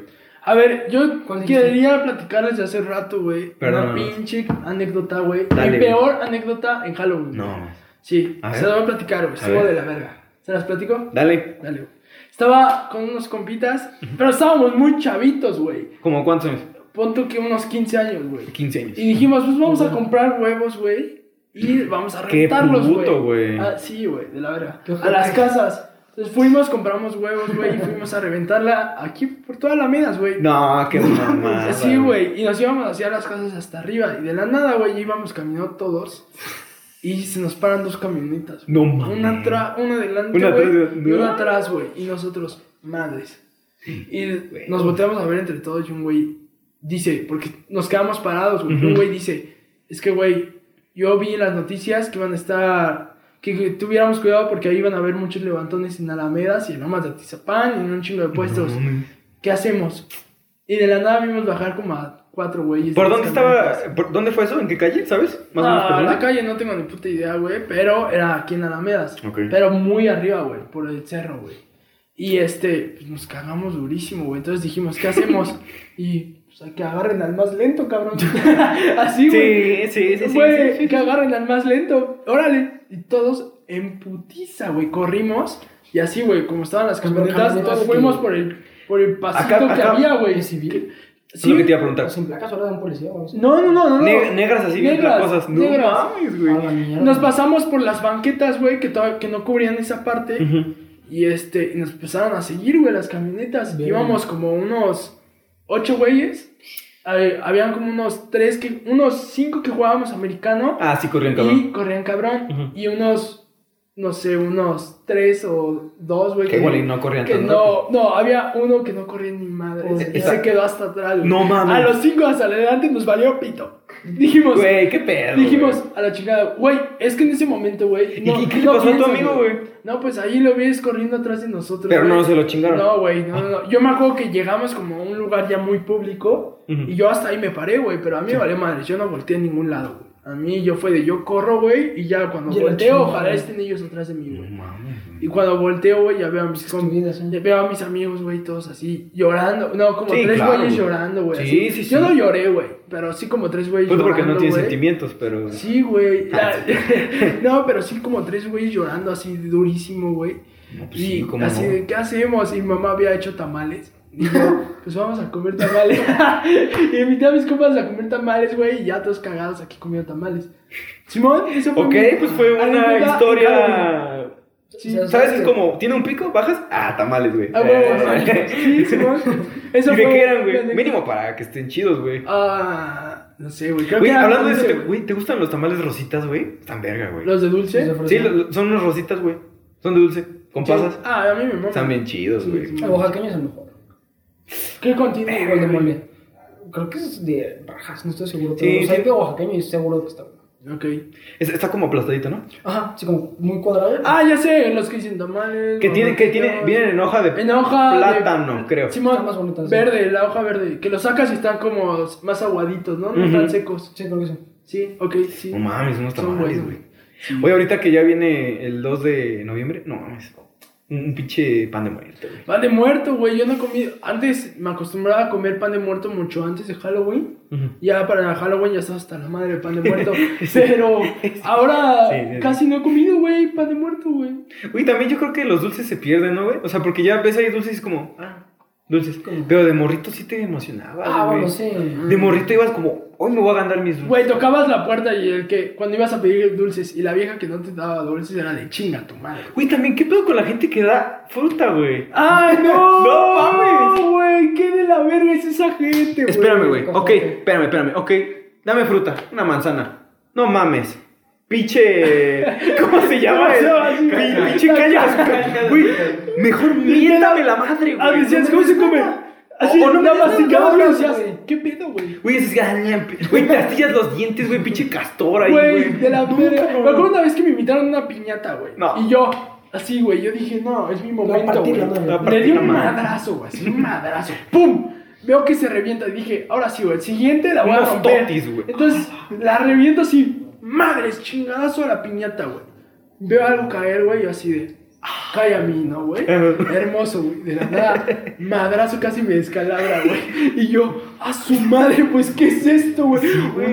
A ver, yo ¿Cuál dijiste? quería platicarles de hace rato, güey. Una Perdón. pinche anécdota, güey. Dale, Mi güey. peor anécdota en Halloween. No. Sí, A se ver. las voy a platicar, güey. A Estuvo ver. de la verga. ¿Se las platico? Dale. Dale, güey. Estaba con unos compitas, pero estábamos muy chavitos, güey. ¿Cómo cuántos años? Pon tú que unos 15 años, güey. 15 años. Y dijimos, pues vamos a comprar huevos, güey. Y vamos a Qué rentarlos, güey. puto, güey. Ah, sí, güey, de la verga. Qué A las ojete. casas. Entonces fuimos, compramos huevos, güey, y fuimos a reventarla aquí por todas las medas, güey. No, *laughs* qué mamada. Sí, güey, y nos íbamos hacia las casas hasta arriba. Y de la nada, güey, íbamos caminando todos. Y se nos paran dos camionetas. güey. No mames. Una, atra- una adelante, Una güey, atrás, y ¿no? una atrás, güey. Y nosotros, madres. Y nos volteamos a ver entre todos. Y un güey dice, porque nos quedamos parados, güey. Un Ujú. güey dice, es que, güey, yo vi en las noticias que iban a estar. Que, que tuviéramos cuidado porque ahí iban a haber muchos levantones en Alamedas y en Lomas de Atizapán y en un chingo de puestos. ¿qué hacemos? Y de la nada vimos bajar como a cuatro güeyes. ¿Por de dónde las camionetas. estaba? por- ¿Dónde fue eso? ¿En qué calle? ¿Sabes? Más o menos Ah, por la dónde. calle no tengo ni puta idea, güey, pero era aquí en Alamedas. Ok. Pero muy arriba, güey, por el cerro, güey. Y este, pues nos cagamos durísimo, güey. Entonces dijimos, ¿qué *laughs* hacemos? y pues a que agarren al más lento, cabrón. Así, güey. Sí, sí, sí, sí. Güey, sí, sí. que agarren al más lento. Órale. Y todos en putiza, güey. Corrimos. Y así, güey, como estaban las Como camionetas, camionetas todos que- fuimos por el, por el pasito Acá- que acá- había, güey. ¿Es civil? Es lo que te iba a ¿O preguntar. sin placas o era de un policía o algo así? No, no, no, no. no. Ne- negras así bien Negras, cosas. No negras. mames, güey. A Ah, la mierda. Nos pasamos por las banquetas, güey, que, todavía- que no cubrían esa parte. Ujú. Y este, y nos empezaron a seguir, güey, las camionetas. Verga. Íbamos como unos ocho güeyes. Ay, habían como unos tres que, unos cinco que jugábamos americano. Ah, sí, corrió y cabrón. corrían cabrón. Ujú. Y unos, no sé, unos tres o dos, güey. Que igual y no corrían que tan no, no, había uno que no corría ni madre. Oh, y está- se quedó hasta atrás. güey. No mames. A los cinco hasta adelante nos valió pito. Dijimos, Güey, qué pedo. Dijimos güey. a la chingada, güey, es que en ese momento, güey. ¿Y qué- qué le pasó a tu piensas, amigo, güey? No, pues ahí lo ves corriendo atrás de nosotros. Pero güey. no se lo chingaron. No, güey, no, no, no. Yo me acuerdo que llegamos como a un lugar ya muy público Ujú. y yo hasta ahí me paré, güey, pero a mí me valió madre, yo no volteé a ningún lado, güey. A mí yo fue de yo corro, güey, y ya cuando Y la volteo, chingada. ojalá estén ellos atrás de mí, No güey. mames. güey. Y cuando volteo, güey, ya veo a mis Es tu com- vida, sí. ya veo a mis amigos, güey, todos así, llorando. No, como Sí, tres claro, güeyes güey. llorando, güey. Sí, así. sí, Yo sí. no lloré, güey, pero sí como tres güeyes Pues llorando. porque no tiene güey. sentimientos, pero. Sí, güey. *laughs* La- *laughs* no, pero sí como tres güeyes llorando así durísimo, güey. No, pues Y sí, cómo así no. de, ¿qué hacemos? Y mi mamá había hecho tamales. Dijo, *laughs* pues vamos a comer tamales. *laughs* y invité a mis compas a comer tamales, güey. Y ya todos cagados aquí comiendo tamales. Simón, eso fue. Ok, mi- pues fue anécdota una en Halloween. historia. Sí. O sea, ¿Sabes? Es como, tiene un pico, bajas. Ah, tamales, güey. Ah, *laughs* huevo, Eh. sí, Simón. Eso ¿Y de fue qué eran, mi güey? anécdota. Mínimo para que estén chidos, güey. Ah, no sé, güey. Creo Güey, que eran hablando de eso, dulce, te- güey, ¿te gustan los tamales rositas, güey? Están verga, güey. ¿Los de dulce? Los de Sí, fresa. lo- lo- son unas rositas, güey. Son de dulce. ¿Con pasas? Ah, a mí me mama. Están bien chidos, güey. El oaxaqueño es el mejor. ¿Qué contiene el de mole? Creo que es de rajas, no estoy seguro. Pero Sí, o sea, sí. es de oaxaqueño y seguro que está bueno. Ok. Es- Está como aplastadito, ¿no? Ajá, sí, como muy cuadrado. Ah, ya sé, los que dicen tamales. Que tiene, que tiene, gorditas. vienen en hoja de En hoja. de- plátano, creo. Simón, Están más bonitas, sí. Verde, la hoja verde. Que los sacas y están como más aguaditos, ¿no? No Ujú. están secos. Sí, creo que sí. Sí, ok, sí. No mames, unos Son tamales, buenos. güey. Sí. Oye, ahorita que ya viene el 2 de noviembre, no mames. Un, un pinche pan de muerto, güey. Pan de muerto, güey. Yo no comí. Antes me acostumbraba a comer pan de muerto mucho antes de Halloween. Ujú. Ya para Halloween ya está hasta la madre el pan de *laughs* muerto. Pero ahora Sí, sí, sí. casi no he comido, güey, pan de muerto, güey. Güey, también yo creo que los dulces se pierden, ¿no, güey? O sea, porque ya ves ahí dulces y es como, ah, dulces. ¿Cómo? Pero de morrito sí te emocionaba, Ah, güey. bueno, sí. De morrito ibas como, hoy me voy a ganar mis dulces. Güey, tocabas la puerta y el que cuando ibas a pedir dulces y la vieja que no te daba dulces era de chinga tu madre. Güey, también, ¿qué pedo con la gente que da fruta, güey? *laughs* ¡Ay, no! No mames. güey! ¡Qué de la verga es esa gente, güey! Espérame, güey. Ajá, Ok, ok. espérame, espérame. Ok, dame fruta. Una manzana. No mames. *laughs* Pinche. ¿Cómo se llama? ¿Cómo se eso? llama? Sí, Pi- caña. Pinche Caña *laughs* caña. de Güey, azúcar. mejor miéntame la madre, Ah, güey. decías, ¿cómo se come? Así, O- o no me nada das masticado, nada, decías, güey. ¿Qué pedo, güey? Güey, esas gañan. Güey, te astillas los dientes, güey. Pinche castor ahí, Güey, güey. de la verga. Me acuerdo una vez que me invitaron a una piñata, güey. No. Y yo, así, güey, yo dije, no, es mi momento, partí güey. la madre. La Le partí di la un madre. madrazo, güey, así, un *laughs* madrazo. ¡Pum! Veo que se revienta y dije, ahora sí, güey, el siguiente la voy a Unos romper. totis, güey. Entonces, la reviento así, madres, chingadazo a la piñata, güey. Veo algo caer, güey, y así de, "Ah, cae a mí, ¿no, *laughs* güey? Ajá. Hermoso, güey, de la nada, madrazo casi me descalabra, güey. Y yo, a su madre, pues, ¿qué es esto, güey?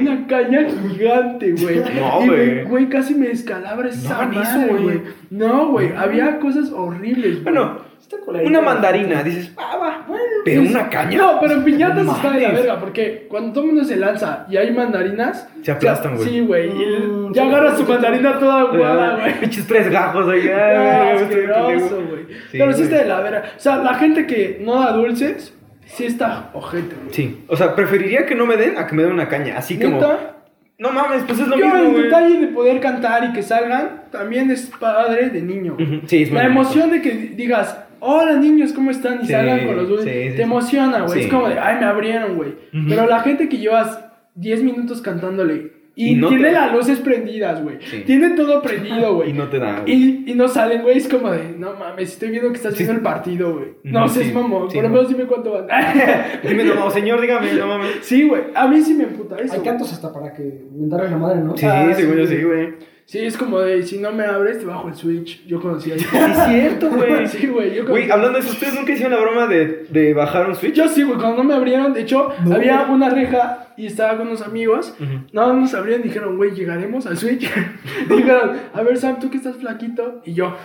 Una caña gigante, güey. No, Y me- güey. Güey, casi me descalabra esa hagan eso, madre, güey. güey. No, güey, había cosas horribles, güey. Bueno, Está culerito. una mandarina. Dices, ah, va. Pero una caña. No, pero en piñatas está de la Mames. verga, porque cuando todo el mundo se lanza y hay mandarinas. Se aplastan, güey. Sí, güey. y el- Mm, ya sí, agarra sí, su sí, mandarina toda aguada, güey. *laughs* Pinches tres gajos ahí. Ah, ay, güey, asqueroso, güey. eh, Sí, Pero sí güey. está de la verga. O sea, la gente que no da dulces, sí está ojete, güey. Sí, o sea, preferiría que no me den a que me den una caña. Así como. ¿Neta? No mames, pues es lo Yo, mismo, el güey. detalle de poder cantar y que salgan también es padre de niño. güey. Ujú, sí, es muy La bonito. emoción de que digas, hola niños, ¿cómo están? Y Sí, salgan con los dulces. sí, sí, Te sí. emociona, güey. Sí. Es como de, ay, me abrieron, güey. Ujú. Pero la gente que llevas 10 minutos cantándole y, Y no tiene te- las luces prendidas, güey. Sí. Tiene todo *laughs* prendido, Y güey. no te dan. güey. Y, y no salen, güey, es como de, no mames, estoy viendo que estás Sí. viendo el partido, güey. No, Ujú, seas sí, mamón, sí, por lo no. menos dime cuánto van. *laughs* Dime, no, no, señor, dígame, no mames. sí, güey, a mí sí me emputa eso. Hay güey. cantos hasta para que mentarle la madre, ¿no? Sí, Ah, según sí, yo sí, güey. Sí, es como de, si no me abres, te bajo el Switch. Yo conocí a *laughs* Es cierto, *laughs* güey. Sí, güey, yo Güey, conocí- hablando de eso, ¿ustedes nunca hicieron la broma de, de bajar un Switch? Yo sí, güey, cuando no me abrieron, de hecho, No, había güey. una reja y estaba con unos amigos. Ujú. No, nos abrieron y dijeron, güey, llegaremos al Switch. *laughs* dijeron, a ver, Sam, tú que estás flaquito. Y yo,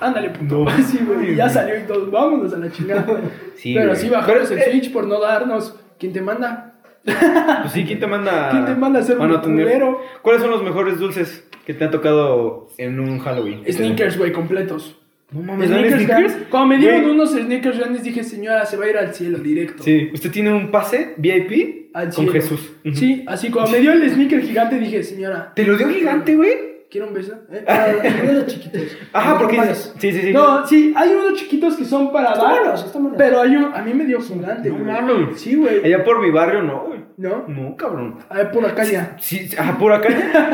ándale, puto. *laughs* No. Así, güey, y ya Ay, güey. salió y todos, vámonos a la chingada. Sí, Pero güey. sí bajamos Pero, el eh, Switch por no darnos. ¿Quién te manda? Pues sí, ¿quién te manda? ¿Quién te manda a ser a no un tener- culero? ¿Cuáles son los mejores dulces que te ha tocado en un Halloween? Sneakers, güey, completos. No mames, ¿dan Sneakers, sneakers? grandes. Cuando me dieron Güey, unos sneakers grandes, dije, señora, se va a ir al cielo directo. Sí, usted tiene un pase VIP Al con cielo. Jesús. Ujú. Ah, Sí, así cuando me dio el sneaker gigante, dije, señora, ¿Te lo dio gigante, güey? ¿quiero un beso? ¿Eh? Para los niños chiquitos. *laughs* Ajá, Los porque. normales. Sí, sí, sí. No, sí, hay unos chiquitos que son para Están dar, buenos, están buenos. pero hay un, a mí me dio gigante, No güey. mames. Sí, güey. Allá por mi barrio, no, güey. ¿No? No, cabrón. A ver, por acá ya. Sí, sí, ah, por *laughs* acá.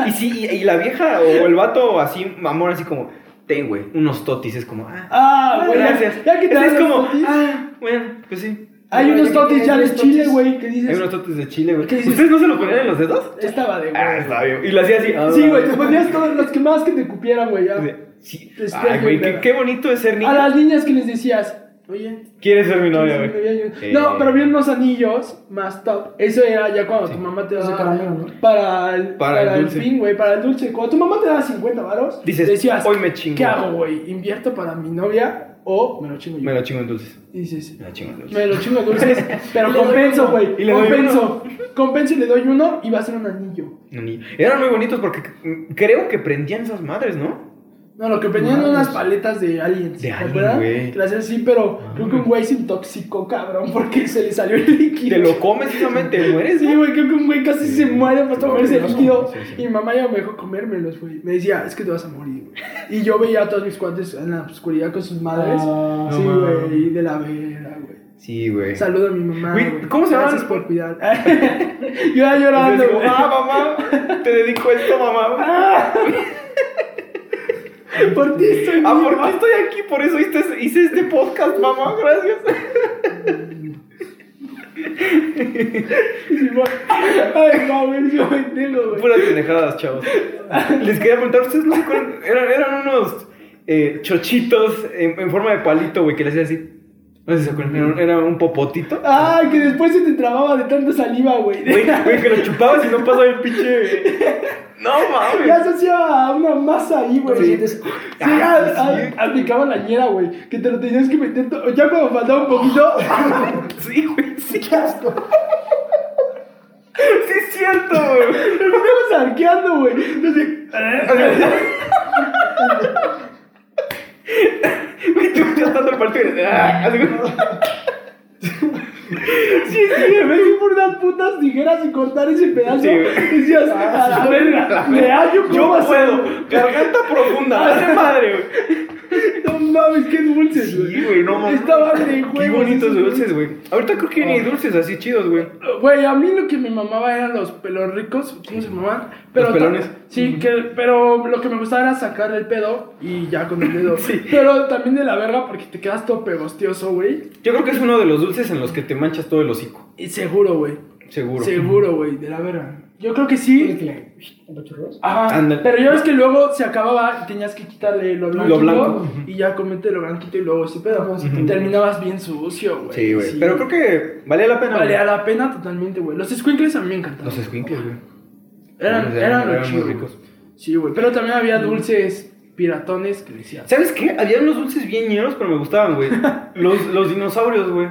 Y sí, y, y la vieja o el vato así, mamón, así como, ten, güey, unos totis. Es como, ah, Ah, güey. gracias. Ya que te dan Ese es los como, totis. ah, bueno, pues sí. Hay Ya unos que totis tienes ya de unos chile, totis. güey. ¿Qué Hay dices? unos totis de chile, güey. ¿Qué dices? ¿Ustedes no se los ponían en los dedos? Estaba de Ah, güey. está bien. Y lo hacía así. ah, Sí, *laughs* güey, te ponías todos los que más que te cupieran, güey. ya. Sí. Te estoy Ay, güey, qué, ayudando. qué bonito es A ser niño. las niñas que les decías, oye, Quieres ser mi No, novia, güey. Eh. no, pero había unos anillos más top. Eso era ya cuando tu mamá te Ese daba caramelo, ¿no? para el, Para para el el dulce. fin, güey, para el dulce. Cuando tu mamá te daba 50 varos, Dices, decías, "Hoy me chingo". ¿Qué hago, güey? ¿Invierto para mi novia o me lo chingo yo? Me lo chingo en dulces. Y dices, Me lo chingo en dulces. me lo chingo dulces, pero Y le doy compenso, uno. güey. *laughs* Y le doy Compenso. Compenso y le doy uno y va a ser un anillo. Eran muy bonitos porque c- creo que prendían esas madres, ¿no? No, lo que vendían eran Mames. unas paletas de aliens. De ¿te alien, acuerdas? güey. Que las hacían así, pero creo que un güey se intoxicó, cabrón, *laughs* porque se le salió el líquido. Te lo comes y solamente te mueres, Sí, güey. güey, creo que un güey casi se muere por tomarse el Sí, líquido. sí, sí. Y mi mamá ya me dejó comérmelos, güey. Me decía, es que te vas a morir, güey. Y yo veía a todos mis cuates en la oscuridad con sus madres. Ah, sí, no mames. güey, y de la vera, güey. Sí, güey. Saludo a mi mamá. Güey, güey. ¿cómo se llaman? Gracias por cuidar. *laughs* yo ya llorando, Entonces digo, güey. Ah, ah, mamá, te dedico esto, mamá. Por ti estoy Ah, vivo. ¿por qué estoy aquí? Por eso hice, hice este podcast, mamá, gracias. *laughs* *laughs* Ay, no, güey, yo me entiendo, güey. Puras pendejadas, chavos. Les quería preguntar, ¿ustedes no se acuerdan? Eran, eran unos eh, chochitos en, en forma de palito, güey, que le hacía así. No sé si se acuerdan, era, un- era un popotito. Ay, que después se te trababa de tanta saliva, güey. Güey, güey, que lo chupabas y no pasaba el pinche. No Ya mames. asociaba a una masa ahí, güey. Pero sientes- Sí, ah, Ah, sí. ah, aplicaba la ñera, güey. Que te lo tenías que meter. to- Ya cuando faltaba un poquito. *laughs* Sí, güey, sí. ¡Qué asco! Sí, es cierto, güey. Nos estamos arqueando, güey. Entonces. *laughs* Güey, tú estás dando el partido. y- ah, así, güey. Sí, sí, en vez de ir por unas putas tijeras y cortar ese pedazo, Sí, güey. decías, a la verga, me hallo cómo Yo hacerlo. puedo. Garganta *laughs* profunda. Hace madre, güey. No mames, qué dulces, güey. Sí, güey, no mames. Estaban de huevos Qué bonitos esos dulces, güey. Ahorita creo que ni hay dulces así chidos, güey. Güey, a mí lo que me mamaba eran los pelos ricos, ¿cómo se llamaban? Los pelones. Sí, que, pero lo que me gustaba era sacar el pedo y ya con el *laughs* dedo. Pero también de la verga porque te quedas todo pegostioso, güey. Yo creo que es uno de los dulces en los que te manchas todo el hocico. Y seguro, güey. Seguro. Seguro, güey, de la verga. Yo creo que ¿Quieres sí. que le- ¿Lo churros? Ajá. Ándale. Pero ya ves que luego se acababa y tenías que quitarle lo blanco. blanco. Y ya comete lo blanquito y luego ese pedo. Ujú. Terminabas bien sucio, güey. Sí, güey. Pero creo que valía la pena. Valía güey. la pena totalmente, güey. Los squinkles a mí me encantaban. Los squinkles, güey. Eran, Eran- eran, eran los muy chidos. ricos. Sí, güey. Pero también Mm. había dulces piratones que decían. ¿Sabes qué? Había unos dulces bien ñeros, pero me *laughs* gustaban, güey. Los, los dinosaurios, güey.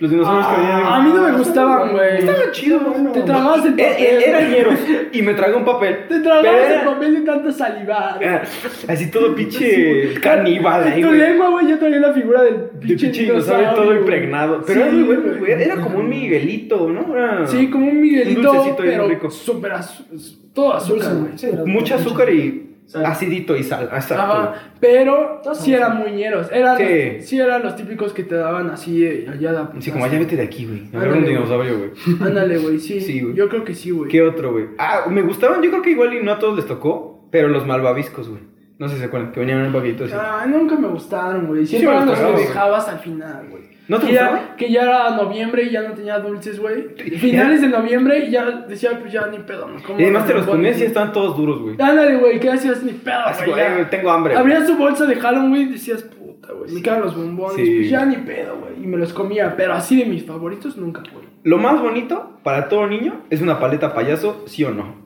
Los dinosaurios que había. a mí no me gustaban, güey. Estaban chidos, güey. Te trababas el Eh, eh, papel. Eran ñeros. Y me tragué un papel. Te trababas Pero el era- papel de tanto salivar. Ah, Así todo pinche caníbal ahí, tu güey. lengua, güey, yo traía la figura del De pinche pinche dinosaurio todo güey. impregnado. Pero Sí, era muy bueno, güey. Era como un Miguelito, ¿no? Era Sí, como un Un Miguelito, dulcecito bien pero rico. súper azul. Todo azúcar, güey. Sí, era- Mucho azúcar y Sal. acidito y sal. Exacto. Ajá, pero sí Ajá. eran muñeros. Eran Sí. Los, sí eran los típicos que te daban así eh, allá de a Así como, ya vete de aquí, güey. Era un Ándale, güey. dinosaurio, güey. Ándale, güey, sí. Sí, güey. Yo creo que sí, güey. ¿Qué otro, güey? Ah, me gustaban, yo creo que igual y no a todos les tocó, pero los malvaviscos, güey. No sé si se acuerdan, que venían en un paquetito así. Ah, nunca me gustaron, güey. Siempre me eran los que gustaron, güey. dejabas al final, güey. ¿No te que ya, gustaban? que ya era noviembre y ya no tenía dulces, güey. Finales de noviembre y ya decía, pues ya ni pedo, ¿no? ¿Cómo Y además no te me los pones, comías y güey? estaban todos duros, güey. Ándale, güey, ¿qué hacías? Ni pedo, Así, güey. güey, ya. tengo hambre. güey. Abrías su bolsa de Halloween y decías, puta, güey, me quedan los bombones. Sí. Pues ya ni pedo, güey. Y me los comía, pero así de mis favoritos nunca, güey. Lo más bonito para todo niño es una paleta payaso, ¿sí o no?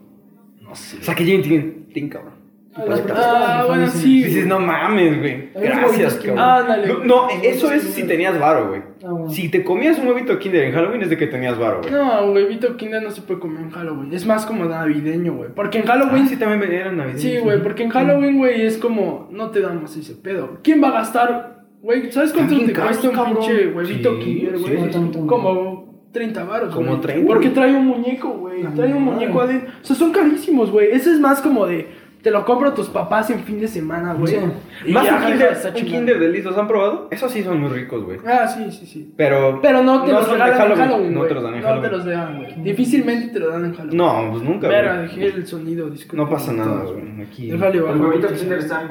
No sé. O sea, que lleguen y te digan, ten cabrón. tu Ah, las paleta paletas Ah, estaban bueno, famosas. Y sí. dices, no mames, güey. Había unos Gracias, huevitos Kinder. cabrón. Ándale, No, güey. no, eso es si tenías varo, güey. Ah, bueno. Si te comías un huevito Kinder en Halloween es de que tenías varo, güey. No, güey, Vito Kinder no se puede comer en Halloween. Es más como navideño, güey. Porque en Halloween Halloween Ah, sí también me- eran navideños. Sí, güey, porque en Halloween, güey, es como, no te damos ese pedo. ¿Quién va a gastar, güey? ¿Sabes cuánto Están te bien caros, cuesta un cabrón. pinche huevito Sí, Kinder, sí, güey? sí, sí. Como 30 baros. Como 30, Porque güey. trae un muñeco, güey. La Trae un madre. muñeco adentro. O sea, son carísimos, güey. Ese es más como de, te lo compro a tus papás en fin de semana, güey. Sí. Y Más ya, un jaja, Kinder, está un chingón. Kinder de ¿los han probado? Esos sí son muy ricos, güey. Ah, sí, sí, sí. Pero. Pero no te los son de regalan en Halloween, No güey. te los dan en No te los Halloween. dan, güey. Difícilmente te lo dan en Halloween. No, pues nunca, Verga, güey. dejé el sonido, disculpa. No pasa nada, güey. Aquí. Déjale bajo. El huevito Kinder está en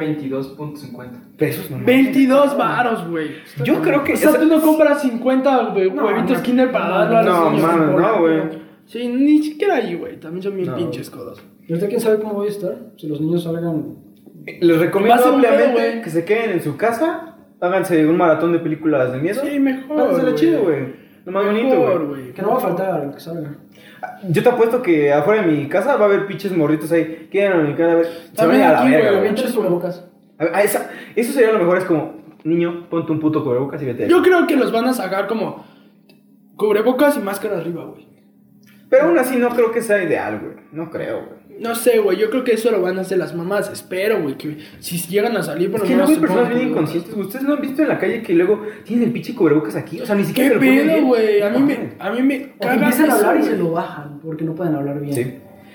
22.50. Pesos, no. 22 varos, güey. Yo creo que. O sea, esa- tú no compras 50 hue- No, huevitos no. Kinder para darlo a los No, niños. mames, no, güey. Sí, ni siquiera ahí, güey. También son bien No. pinches codos. Y ahorita quién sabe cómo voy a estar. Si los niños salgan. Les Va a recomiendo ser un pedo, ampliamente güey. que se queden en su casa. Háganse un maratón de películas de miedo. Sí, mejor, Pásensela güey. chido, güey. Lo más bonito, güey. Ah, Mejor, güey. Que no va a faltar, que salga. Yo te apuesto que afuera de mi casa va a haber pinches morritos ahí. Quieren a mi cara a ver. Se van También a la aquí, verga, güey, güey. pinches bocas. A ver, a esa- eso sería lo mejor, es como, niño, ponte un puto cubrebocas y vete. Yo creo que los van a sacar como cubrebocas y máscara arriba, güey. Pero aún así no creo que sea ideal, güey. No creo, güey. No sé, güey. Yo creo que eso lo van a hacer las mamás. Espero, güey. Que si llegan a salir, por Es lo que menos. luego hay se pongan personas bien cubrebocas. inconscientes. Ustedes no han visto en la calle que luego tienen el pinche cubrebocas aquí. O sea, ni ¿Qué siquiera se lo ponen pedo, bien. güey? A mí Ajá. me, a mí me O que caga empiezan a eso, hablar y se güey. lo bajan porque no pueden hablar bien. Sí.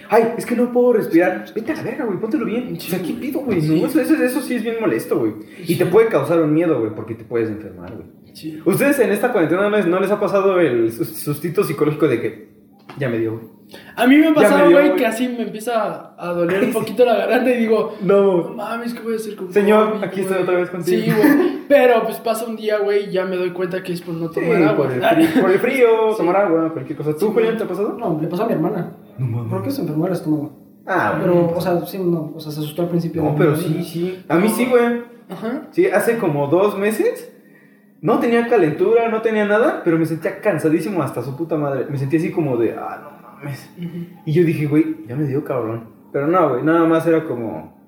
Ay, es que no puedo respirar. Vete a la verga, güey, póntelo bien. Sí, o sea, ¿qué güey. pido, güey? Sí. No, eso, eso, eso sí es bien molesto, güey. Y te puede causar un miedo, güey, porque te puedes enfermar, güey. Sí. ¿Ustedes en esta cuarentena no les, no les ha pasado el sus- sustito psicológico de que ya me dio, güey? A mí me ha Ya me pasado, dio, güey, güey. que así me empieza a doler *laughs* un poquito la garganta y digo, no No. mames, ¿qué voy a hacer con Señor, COVID, aquí estoy güey? otra vez contigo. Sí, güey. Pero pues pasa un día, güey, y ya me doy cuenta que es por no Sí, tomar agua. por, el frío, por el *laughs* frío, tomar agua, cualquier cosa. ¿Tú, Sí, Julián, güey. te ha pasado? No, le pasó a mi hermana. No Porque se enfermó el estómago. Ah, güey. Pero, o sea, sí, no. O sea, se asustó al principio. No, pero sí, sí. A mí sí, güey. Ajá. Sí, hace como dos meses no tenía calentura, no tenía nada, pero me sentía cansadísimo hasta su puta madre. Me sentía así como de, ah, no mames. Y yo dije, güey, ya me dio cabrón. Pero no, güey, nada más era como.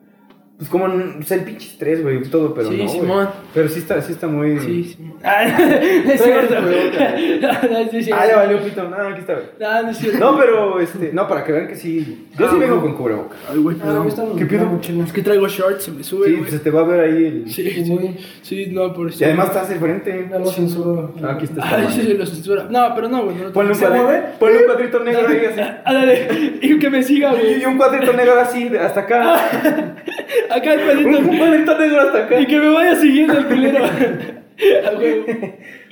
Pues como o sea, el pinche estrés, güey, todo, pero Sí, no. güey. Simón. Pero sí está, sí está muy. Sí, sí. Ah, *laughs* no es cierto, güey. *laughs* No, no, sí es Ah, ya cierto. valió pito. Ah, aquí está, güey. No, no es cierto. No, pero este. No, para que vean que sí. Yo sí vengo con cubrebocas. Ay, Ah, güey, Ah, perdón. me están- ¿Qué pedo? no, chino. Es que traigo shorts, se me sube, Sí, güey. pues se te va a ver ahí el. Sí, sí, Muy- sí, no, por eso. Y además estás de frente. Ya lo censuró. Ah, aquí está. Ay, sí, sí, lo censura. No, pero no, güey. No, lo Ponle un, tengo. Ah, cuadri- ponle un cuadrito negro ahí así. Ándale, y que me siga, Y, güey. y un cuadrito negro así, de *laughs* hasta Ah, acá. Acá el un, pedito. un cuadrito negro hasta acá. Y que me vaya siguiendo el *laughs* culero. *laughs* A huevo.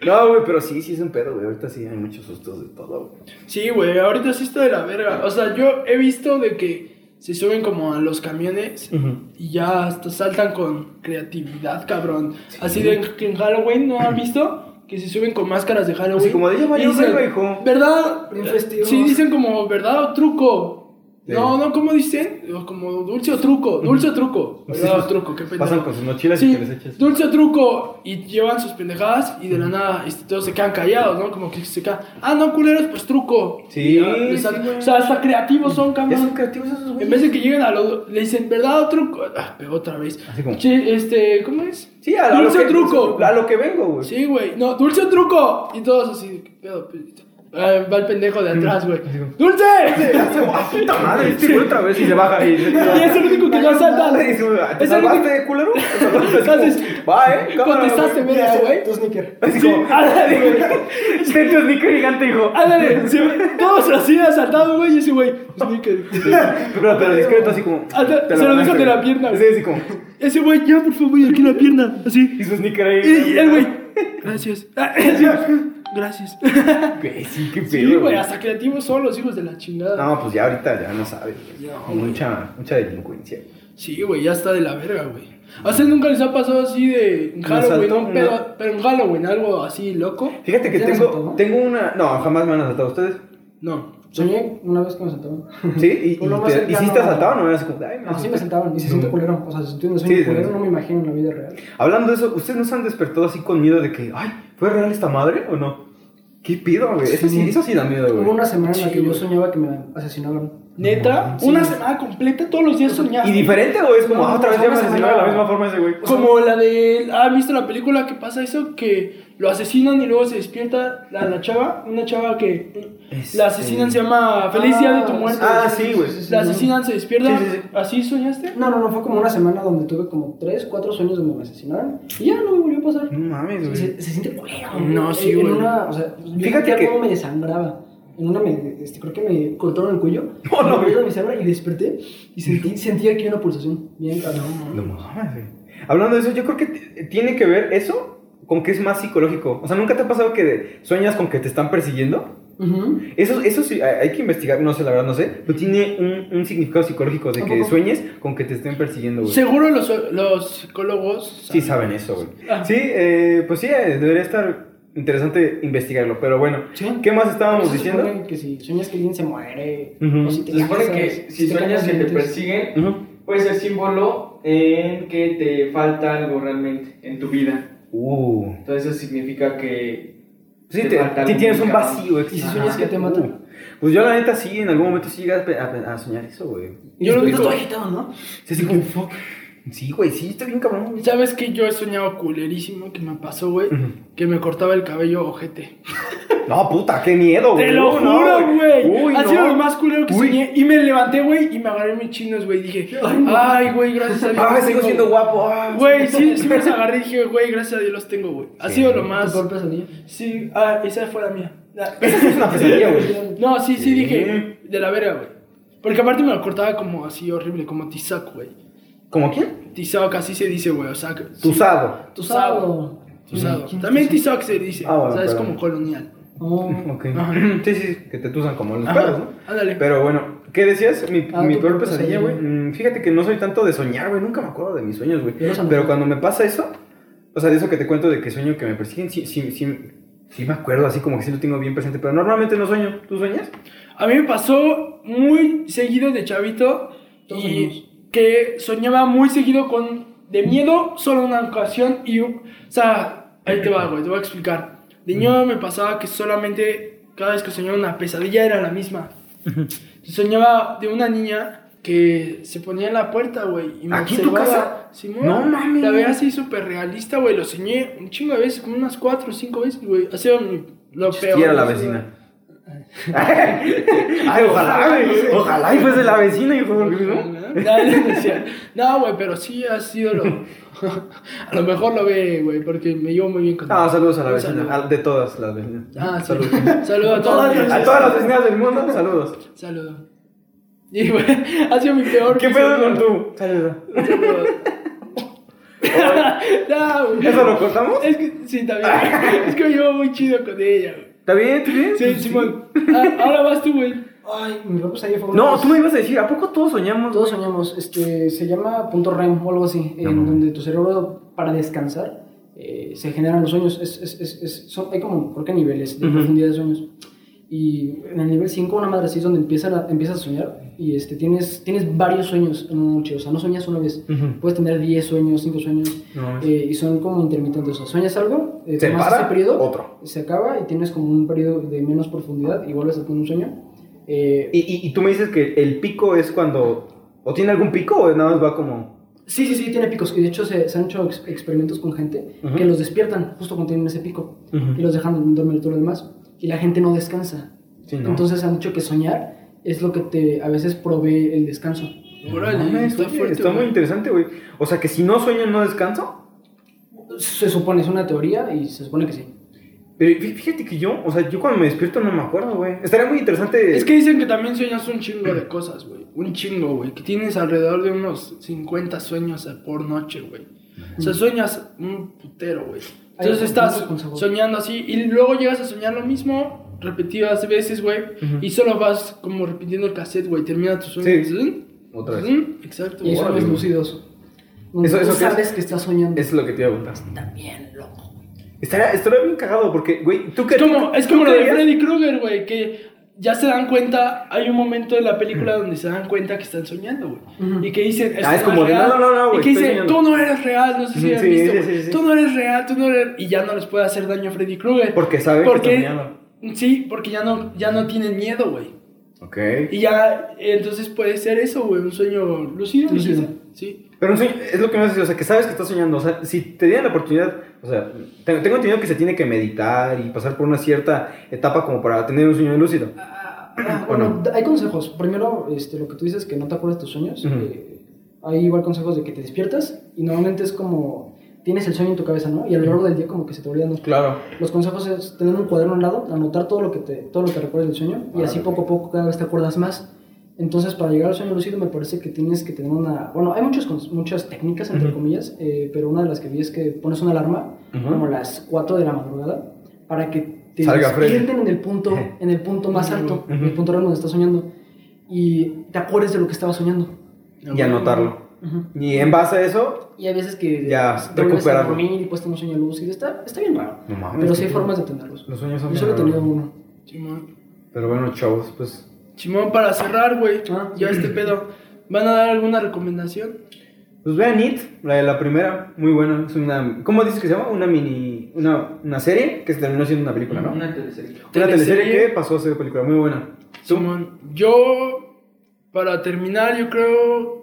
No, güey, pero sí, sí es un pedo, güey. Ahorita sí hay muchos sustos de todo, güey. Sí, güey, ahorita sí está de la verga. O sea, yo he visto de que se suben como a los camiones y ya hasta saltan con creatividad, cabrón. Así de que en Halloween, ¿no han visto? Que se suben con máscaras de Halloween. Así como de, "Ya valió Y dicen, verga, hijo". ¿Verdad? Bien festivos. Sí, dicen como verdad o truco. Sí. No, no, ¿cómo dicen? O Como dulce o truco, dulce o truco. Verdad o truco, qué pendejo. Pues Pasan con sus mochilas y Sí, que les eches. dulce o truco y llevan sus pendejadas y de la nada este, todos se quedan callados, ¿no? Como que se quedan, ah, no, culeros, pues truco. Sí, Y ya, les sí, sal- güey. o sea, hasta creativos son, Ya son cabrón. creativos esos, güey. En vez de que lleguen a lo, le dicen, ¿verdad o truco? Ah, pegó otra vez. Así como- Che, este, ¿cómo es? Sí, a, a dulce lo o que, truco. A lo que vengo, güey. *laughs* Sí, güey. No, dulce o truco. Y todos así, ¿qué pedo? Ah, va el pendejo de atrás, güey. Así como- ¡Dulce! *laughs* Hace, "Ah, puta madre, este güey otra vez y se baja y se Y es el único que no salta. Y dice, ¿Te Es el único salvaste, *laughs* culero? *laughs* Entonces, Va, eh. cámara, contestaste, güey". mira, güey. Tu sneaker. Así Sí, como, *laughs* ándale, güey. "Ten tu sneaker gigante, hijo. Ándale, se ve- todos así asaltados, güey, y ese güey, sneaker. Pero, pero discreto, así como. Ah, te- te se lo ganaste, dejas de la güey. pierna, Sí, güey. así como. Ese güey, ya, por favor, aquí la pierna, así. Y su sneaker ahí. Y, y el güey, gracias. Ah, *laughs* sí, Gracias. Güey, sí, qué pedo. Sí, güey, güey. hasta creativos son los hijos de la chingada. No, pues ya ahorita ya no sabes. güey. No, mucha, mucha delincuencia. Sí, güey, ya está de la verga, güey. ¿A ustedes nunca les ha pasado así de en Un Halloween, asalto, un pedo- no. pero en Halloween, algo así loco? Fíjate que ¿Ya tengo, nos saltó? tengo una. No, jamás me han asaltado ustedes. No. Soñé una vez que me sentaban. Sí, y, y, Pues lo más te- y sí cercano- te asaltaban, no eras como. Ay, me No, sí asusté. me sentaban y se siente culero. O sea, se siente un Ah, sueño Mm. Sí, sí, culero, sí. no me imagino en la vida real. Hablando de eso, ¿ustedes no se han despertado así con miedo de que, ay, ¿fue real esta madre o no? ¿Qué pido, güey? Eso sí, eso sí da miedo, Hubo güey. una semana en la Sí, que yo güey. soñaba que me asesinaban. Neta, Sí. una semana completa, todos los días soñaba. ¿Y diferente o es como, No, ah, otra vez pues ya me una asesinaron de semana. la misma forma ese güey? Como la de. ¿Han visto la película que pasa eso? Que lo asesinan y luego se despierta la, la chava. Una chava que. este, La asesinan se llama Feliz Día de tu Muerte. Ah, sí, güey. la asesinan se despierta. Sí, sí, sí. ¿Así soñaste? No, no, no, fue como una semana donde tuve como 3, 4 sueños donde me asesinaron y ya no me volvió a pasar. No mames, Se, güey. se siente culero. No, sí, En- güey. En una, o sea, Fíjate fíjate que- que cómo me desangraba. En una me, este, creo que me cortaron el cuello. No, no, me güey. abrieron mi cerebro y desperté y sentí, sentí aquí una pulsación. Bien, cabrón. No mames, güey. Hablando de eso, yo creo que t- tiene que ver eso con que es más psicológico. O sea, ¿nunca te ha pasado que de- sueñas con que te están persiguiendo? Ujú. Eso, eso sí, hay hay que investigar, no sé, la verdad, no sé. Pero tiene un, un significado psicológico de ¿A que poco? sueñes con que te estén persiguiendo, güey. Seguro los, los psicólogos. Sí saben eso, güey. Ah. Sí, eh, pues sí, eh, debería estar interesante investigarlo. Pero bueno, Sí. ¿qué más estábamos Se diciendo? supone que si sueñas que alguien se muere, Ujú. o si te Se supone casas, que si te sueñas cambias que te dientes. persiguen, Ujú. puede ser símbolo en que te falta algo realmente en tu vida. Uh. Entonces eso significa que... Sí, Te te- falta sí algo tienes muy un cabrón. vacío. eh, Y si existencial. sueñas que te matan. Uh. Pues yo la neta sí, en algún momento sí llegas a, a- a soñar eso, güey. Yo lo Y después único- todo agitado, ¿no? Sí, así como, fuck. Sí, güey, sí, está bien cabrón. güey. ¿Sabes que yo he soñado culerísimo que me pasó, güey? Ujú. Que me cortaba el cabello ojete. *laughs* No, puta, qué miedo, güey. Te lo Oh, No, juro, güey. Uy, Ha no. sido lo más culero que Uy. soñé. Y me levanté, güey, y me agarré mis chinos, güey. y Dije, ay, güey, gracias a Dios. Ah, los sigo tengo". siendo guapo. ah. Güey, sí, sí me los agarré y dije, güey, gracias a Dios los tengo, güey. Ha Sí. sido lo ¿Tu más. peor pesadilla? Sí, ah, esa fue la mía. La- Esa sí es una pesadilla, güey. No, sí, sí, Sí. dije, de la verga, güey. Porque aparte me lo cortaba como así horrible, como tizac, güey. ¿Cómo quién? Tizac, así se dice, güey. O sea, que- Tusado. ¿Tu sábado? Tusado. También Tizoc se dice. Ah, bueno, o sea, es perdón. como colonial. Oh. Ok. Ajá. Sí, sí, que te tusan como los Mm, Ajá, perros, ¿no? Ándale. Pero bueno, ¿qué decías? Mi, Ah, mi tu peor peor pesadilla, pesadilla. güey. Mm, fíjate que no soy tanto de soñar, güey. Nunca me acuerdo de mis sueños, güey. Yo los anoté. Pero cuando me pasa eso, o sea, de eso que te cuento de que sueño que me persiguen, sí, sí, sí, sí me acuerdo, así como que sí lo tengo bien presente. Pero normalmente no sueño. ¿Tú sueñas? A mí me pasó muy seguido de chavito Todos y amigos. que soñaba muy seguido con de miedo solo una ocasión y o sea, ahí te va, güey, te voy a explicar. De niño me pasaba que solamente cada vez que soñaba una pesadilla era la misma. Soñaba de una niña que se ponía en la puerta, güey, y me ¿Aquí en tu casa? Simón, No mames. La veía así súper realista, güey, lo soñé un chingo de veces, como unas cuatro o cinco veces, güey. Hacía mi- lo peor. Sí, era la güey. vecina. Ay, ojalá, güey. Ojalá y fuese la vecina, hijo. porque ¿no? Nadie decía, No, güey, pero sí ha sido lo. *laughs* A lo mejor lo ve, güey, porque me llevo muy bien con Ah, saludos a la vecina. Saludo. a- De todas las vecinas. Ah, sí. Saludos. Saludo a todos. A todas las vecinas del mundo, saludos. Saludo. Y, güey, ha sido mi peor. ¿Qué pedo con tú? Saludos. Saludo. *laughs* No, güey. ¿Eso lo cortamos? Es que, sí, también. Es que me llevo muy chido con ella, güey. ¿Está bien? ¿Está bien? Sí, Simón. Ah, ahora vas tú, güey. Ay, mi peor pesadilla fue una No, vez- tú me ibas a decir, ¿a poco todos soñamos? Todos soñamos, este, se llama punto REM o algo así, en mames. donde tu cerebro para descansar eh, se generan los sueños. Es, es, es, es- son- hay como, creo que niveles de Ujú. profundidad de sueños. Y en el nivel 5, una madre así es donde empiezas a, empiezas a soñar y este, tienes, tienes varios sueños en una noche, o sea, no soñas una vez. Ujú. Puedes tener 10 sueños, 5 sueños, No mames. eh, y son como intermitentes. O sea, sueñas algo, eh, Se tomas para, ese periodo, otro. se acaba y tienes como un periodo de menos profundidad y vuelves a tener un sueño. Eh, Y, y- y tú me dices que el pico es cuando... ¿O tiene algún pico o nada más va como... Sí, sí, sí, tiene picos. Y de hecho se, se han hecho ex- experimentos con gente Ujú. que los despiertan justo cuando tienen ese pico Ujú. y los dejan dormir todo lo demás. Y la gente no descansa. Sí, ¿no? Entonces han dicho que soñar es lo que te a veces provee el descanso. Órale, No mames, está oye, fuerte. está muy güey. interesante, güey. O sea, que si no sueño, no descanso. Se supone, es una teoría y se supone que sí. Pero fí- fíjate que yo, o sea, yo cuando me despierto no me acuerdo, güey. Estaría muy interesante... Es que dicen que también sueñas un chingo de cosas, güey. Un chingo, güey. Que tienes alrededor de unos 50 sueños por noche, güey. O sea, sueñas un putero, güey. Hay Entonces otros estás puntos con sabor. soñando así y luego llegas a soñar lo mismo repetidas veces, güey. Ujú. Y solo vas como repitiendo el cassette, güey. Termina tu sueño. Sí. Zun, Otra vez. zun. Exacto, Y hay güey. Órale, sueños güey. lúcidos. donde Eso- eso tú qué es? sabes que estás soñando. Es lo que te iba a preguntar. También, loco. Estaría, estaría bien cagado porque, güey, tú que... Es como, es tú como lo de creías- Freddy Krueger, güey, que ya se dan cuenta, hay un momento de la *clears throat* película donde se dan cuenta que están soñando, güey. Ujú. Y que dicen, "Esto Ah, es como de, real". "No, no, no, güey, Y que estoy dicen, soñando". tú no eres real, no sé si Ujú, has sí, visto, sí, güey. sí, sí. Tú no eres real, tú no eres... Y ya no les puede hacer daño a Freddy Krueger. Porque saben que Porque- está soñando. Sí, porque ya no, ya no tienen miedo, güey. Ok. Y ya, eh, entonces puede ser eso, güey, un sueño lúcido. Lúcido. Sí. Pero un sueño- es lo que me hace, o sea, que sabes que estás soñando, o sea, si te dieran la oportunidad, o sea, tengo, tengo entendido que se tiene que meditar y pasar por una cierta etapa como para tener un sueño lúcido. Ah, ¿O bueno, no? da- hay consejos. Primero, este, lo que tú dices que no te acuerdas de tus sueños. Ujú. eh, hay igual consejos de que te despiertas y normalmente es como tienes el sueño en tu cabeza, ¿no? Y a lo largo del día como que se te olvidan los, Claro. los consejos es tener un cuaderno al lado, anotar todo lo que te todo lo que recuerdas del sueño y Ah, así ok. poco a poco cada vez te acuerdas más. Entonces, para llegar al sueño lúcido me parece que tienes que tener una, bueno, hay muchas cons- muchas técnicas entre Ujú. comillas, eh, pero una de las que vi es que pones una alarma Ujú. como a las 4 de la madrugada para que te ¿Mm? Salga Freddy. despierten en el *laughs* punto en el punto más alto, en el punto real donde estás soñando y te acuerdes de lo que estabas soñando. Y anotarlo. Y en base a eso, Y hay veces que Ya, te vuelves a recuperarlo. dormir y pues un sueño lúcido, está está bien raro. no mames. Pero sí qué hay pedo. formas de tenerlos. Los sueños son Yo solo he bien tenido raros. uno. Simón. Pero bueno, chavos, pues Simón, para cerrar, güey, Ah. ya este pedo. ¿Van a dar alguna recomendación? pues vean It, la de la primera, muy buena, es una ¿Cómo dices que se llama? Una mini una, una serie que se terminó siendo una película, ¿no? Una teleserie. Una teleserie Teleserie. que pasó a ser película, muy buena. Simón, yo, para terminar, yo creo.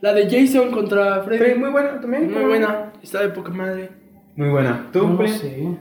La de Jason contra Freddy. Freddy, muy buena también. Muy buena. Está de poca madre. Muy buena. ¿Tú, No, no Freddy? sé.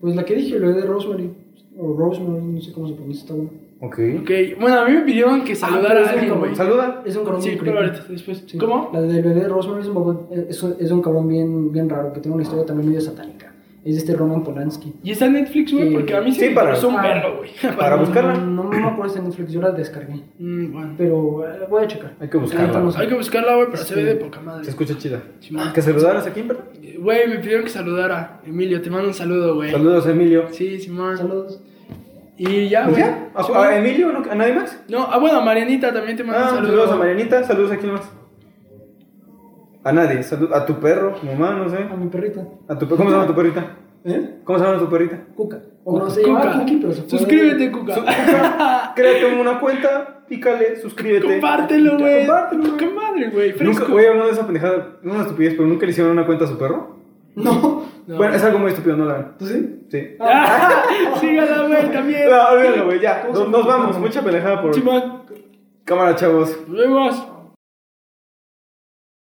Pues la que dije, la de Rosemary. O Rosemary, no sé cómo se pronuncia esta buena. Ok. Ok, bueno, a mí me pidieron que saludara pero es a alguien, como- güey. Saluda. Es un cabrón Sí, bien pero creepy. ahorita, después. Sí. ¿Cómo? La del bebé Rosemary es un, poco- es, un- es un cabrón bien, bien raro, que tiene Ah. una historia también medio satánica. Es de este Roman Polanski. ¿Y está en Netflix, güey? Sí. Porque a mí se Sí, me para- cruzó un Ah. perro, güey. Para buscarla. No, no me acuerdo si está en Netflix, yo la descargué. Mm, bueno. Pero eh, voy a checar. Hay que Ahorita no buscarla. sé. Hay que buscarla, güey, pero se ve Sí. de poca madre. Se escucha chida. Simón. ¿Que saludaras aquí, verdad? Güey, me pidieron que saludara. Emilio, te mando un saludo, güey. Saludos, Emilio. Sí, Simón. Saludos. Y ¿Ah, ya, ¿Pues güey. ya? ¿A, Simón. a Emilio? ¿No? ¿A nadie más? No, ah, bueno, a Marianita también te mando Ah, un saludo. saludos a Marianita. Saludos a quién más. A nadie. Salu- a tu perro, a tu mamá, no sé. A mi perrita. A tu per- ¿Cómo se llama tu perrita? ¿Eh? ¿Cómo se llama tu perrita? Cuca. O no sé, Cuca. ah, Cuqui, pero se fue. Suscríbete, Cuca. Su- *laughs* Cuca, Créate una cuenta, pícale, suscríbete. Compártelo, güey. Compártelo, güey. Qué madre, güey. Nunca, Fresco. voy a hablar de esa pendejada, no es una estupidez, pero nunca le hicieron una cuenta a su perro. No. No. Bueno, es algo muy estúpido, no la hagan. ¿Tú sí? Sí. Ah, *laughs* Sígala, güey, *laughs* también. No, olvídalo, güey, ya. Nos, nos vamos, mucha pendejada por. Simón, Cámara, chavos. nos vemos.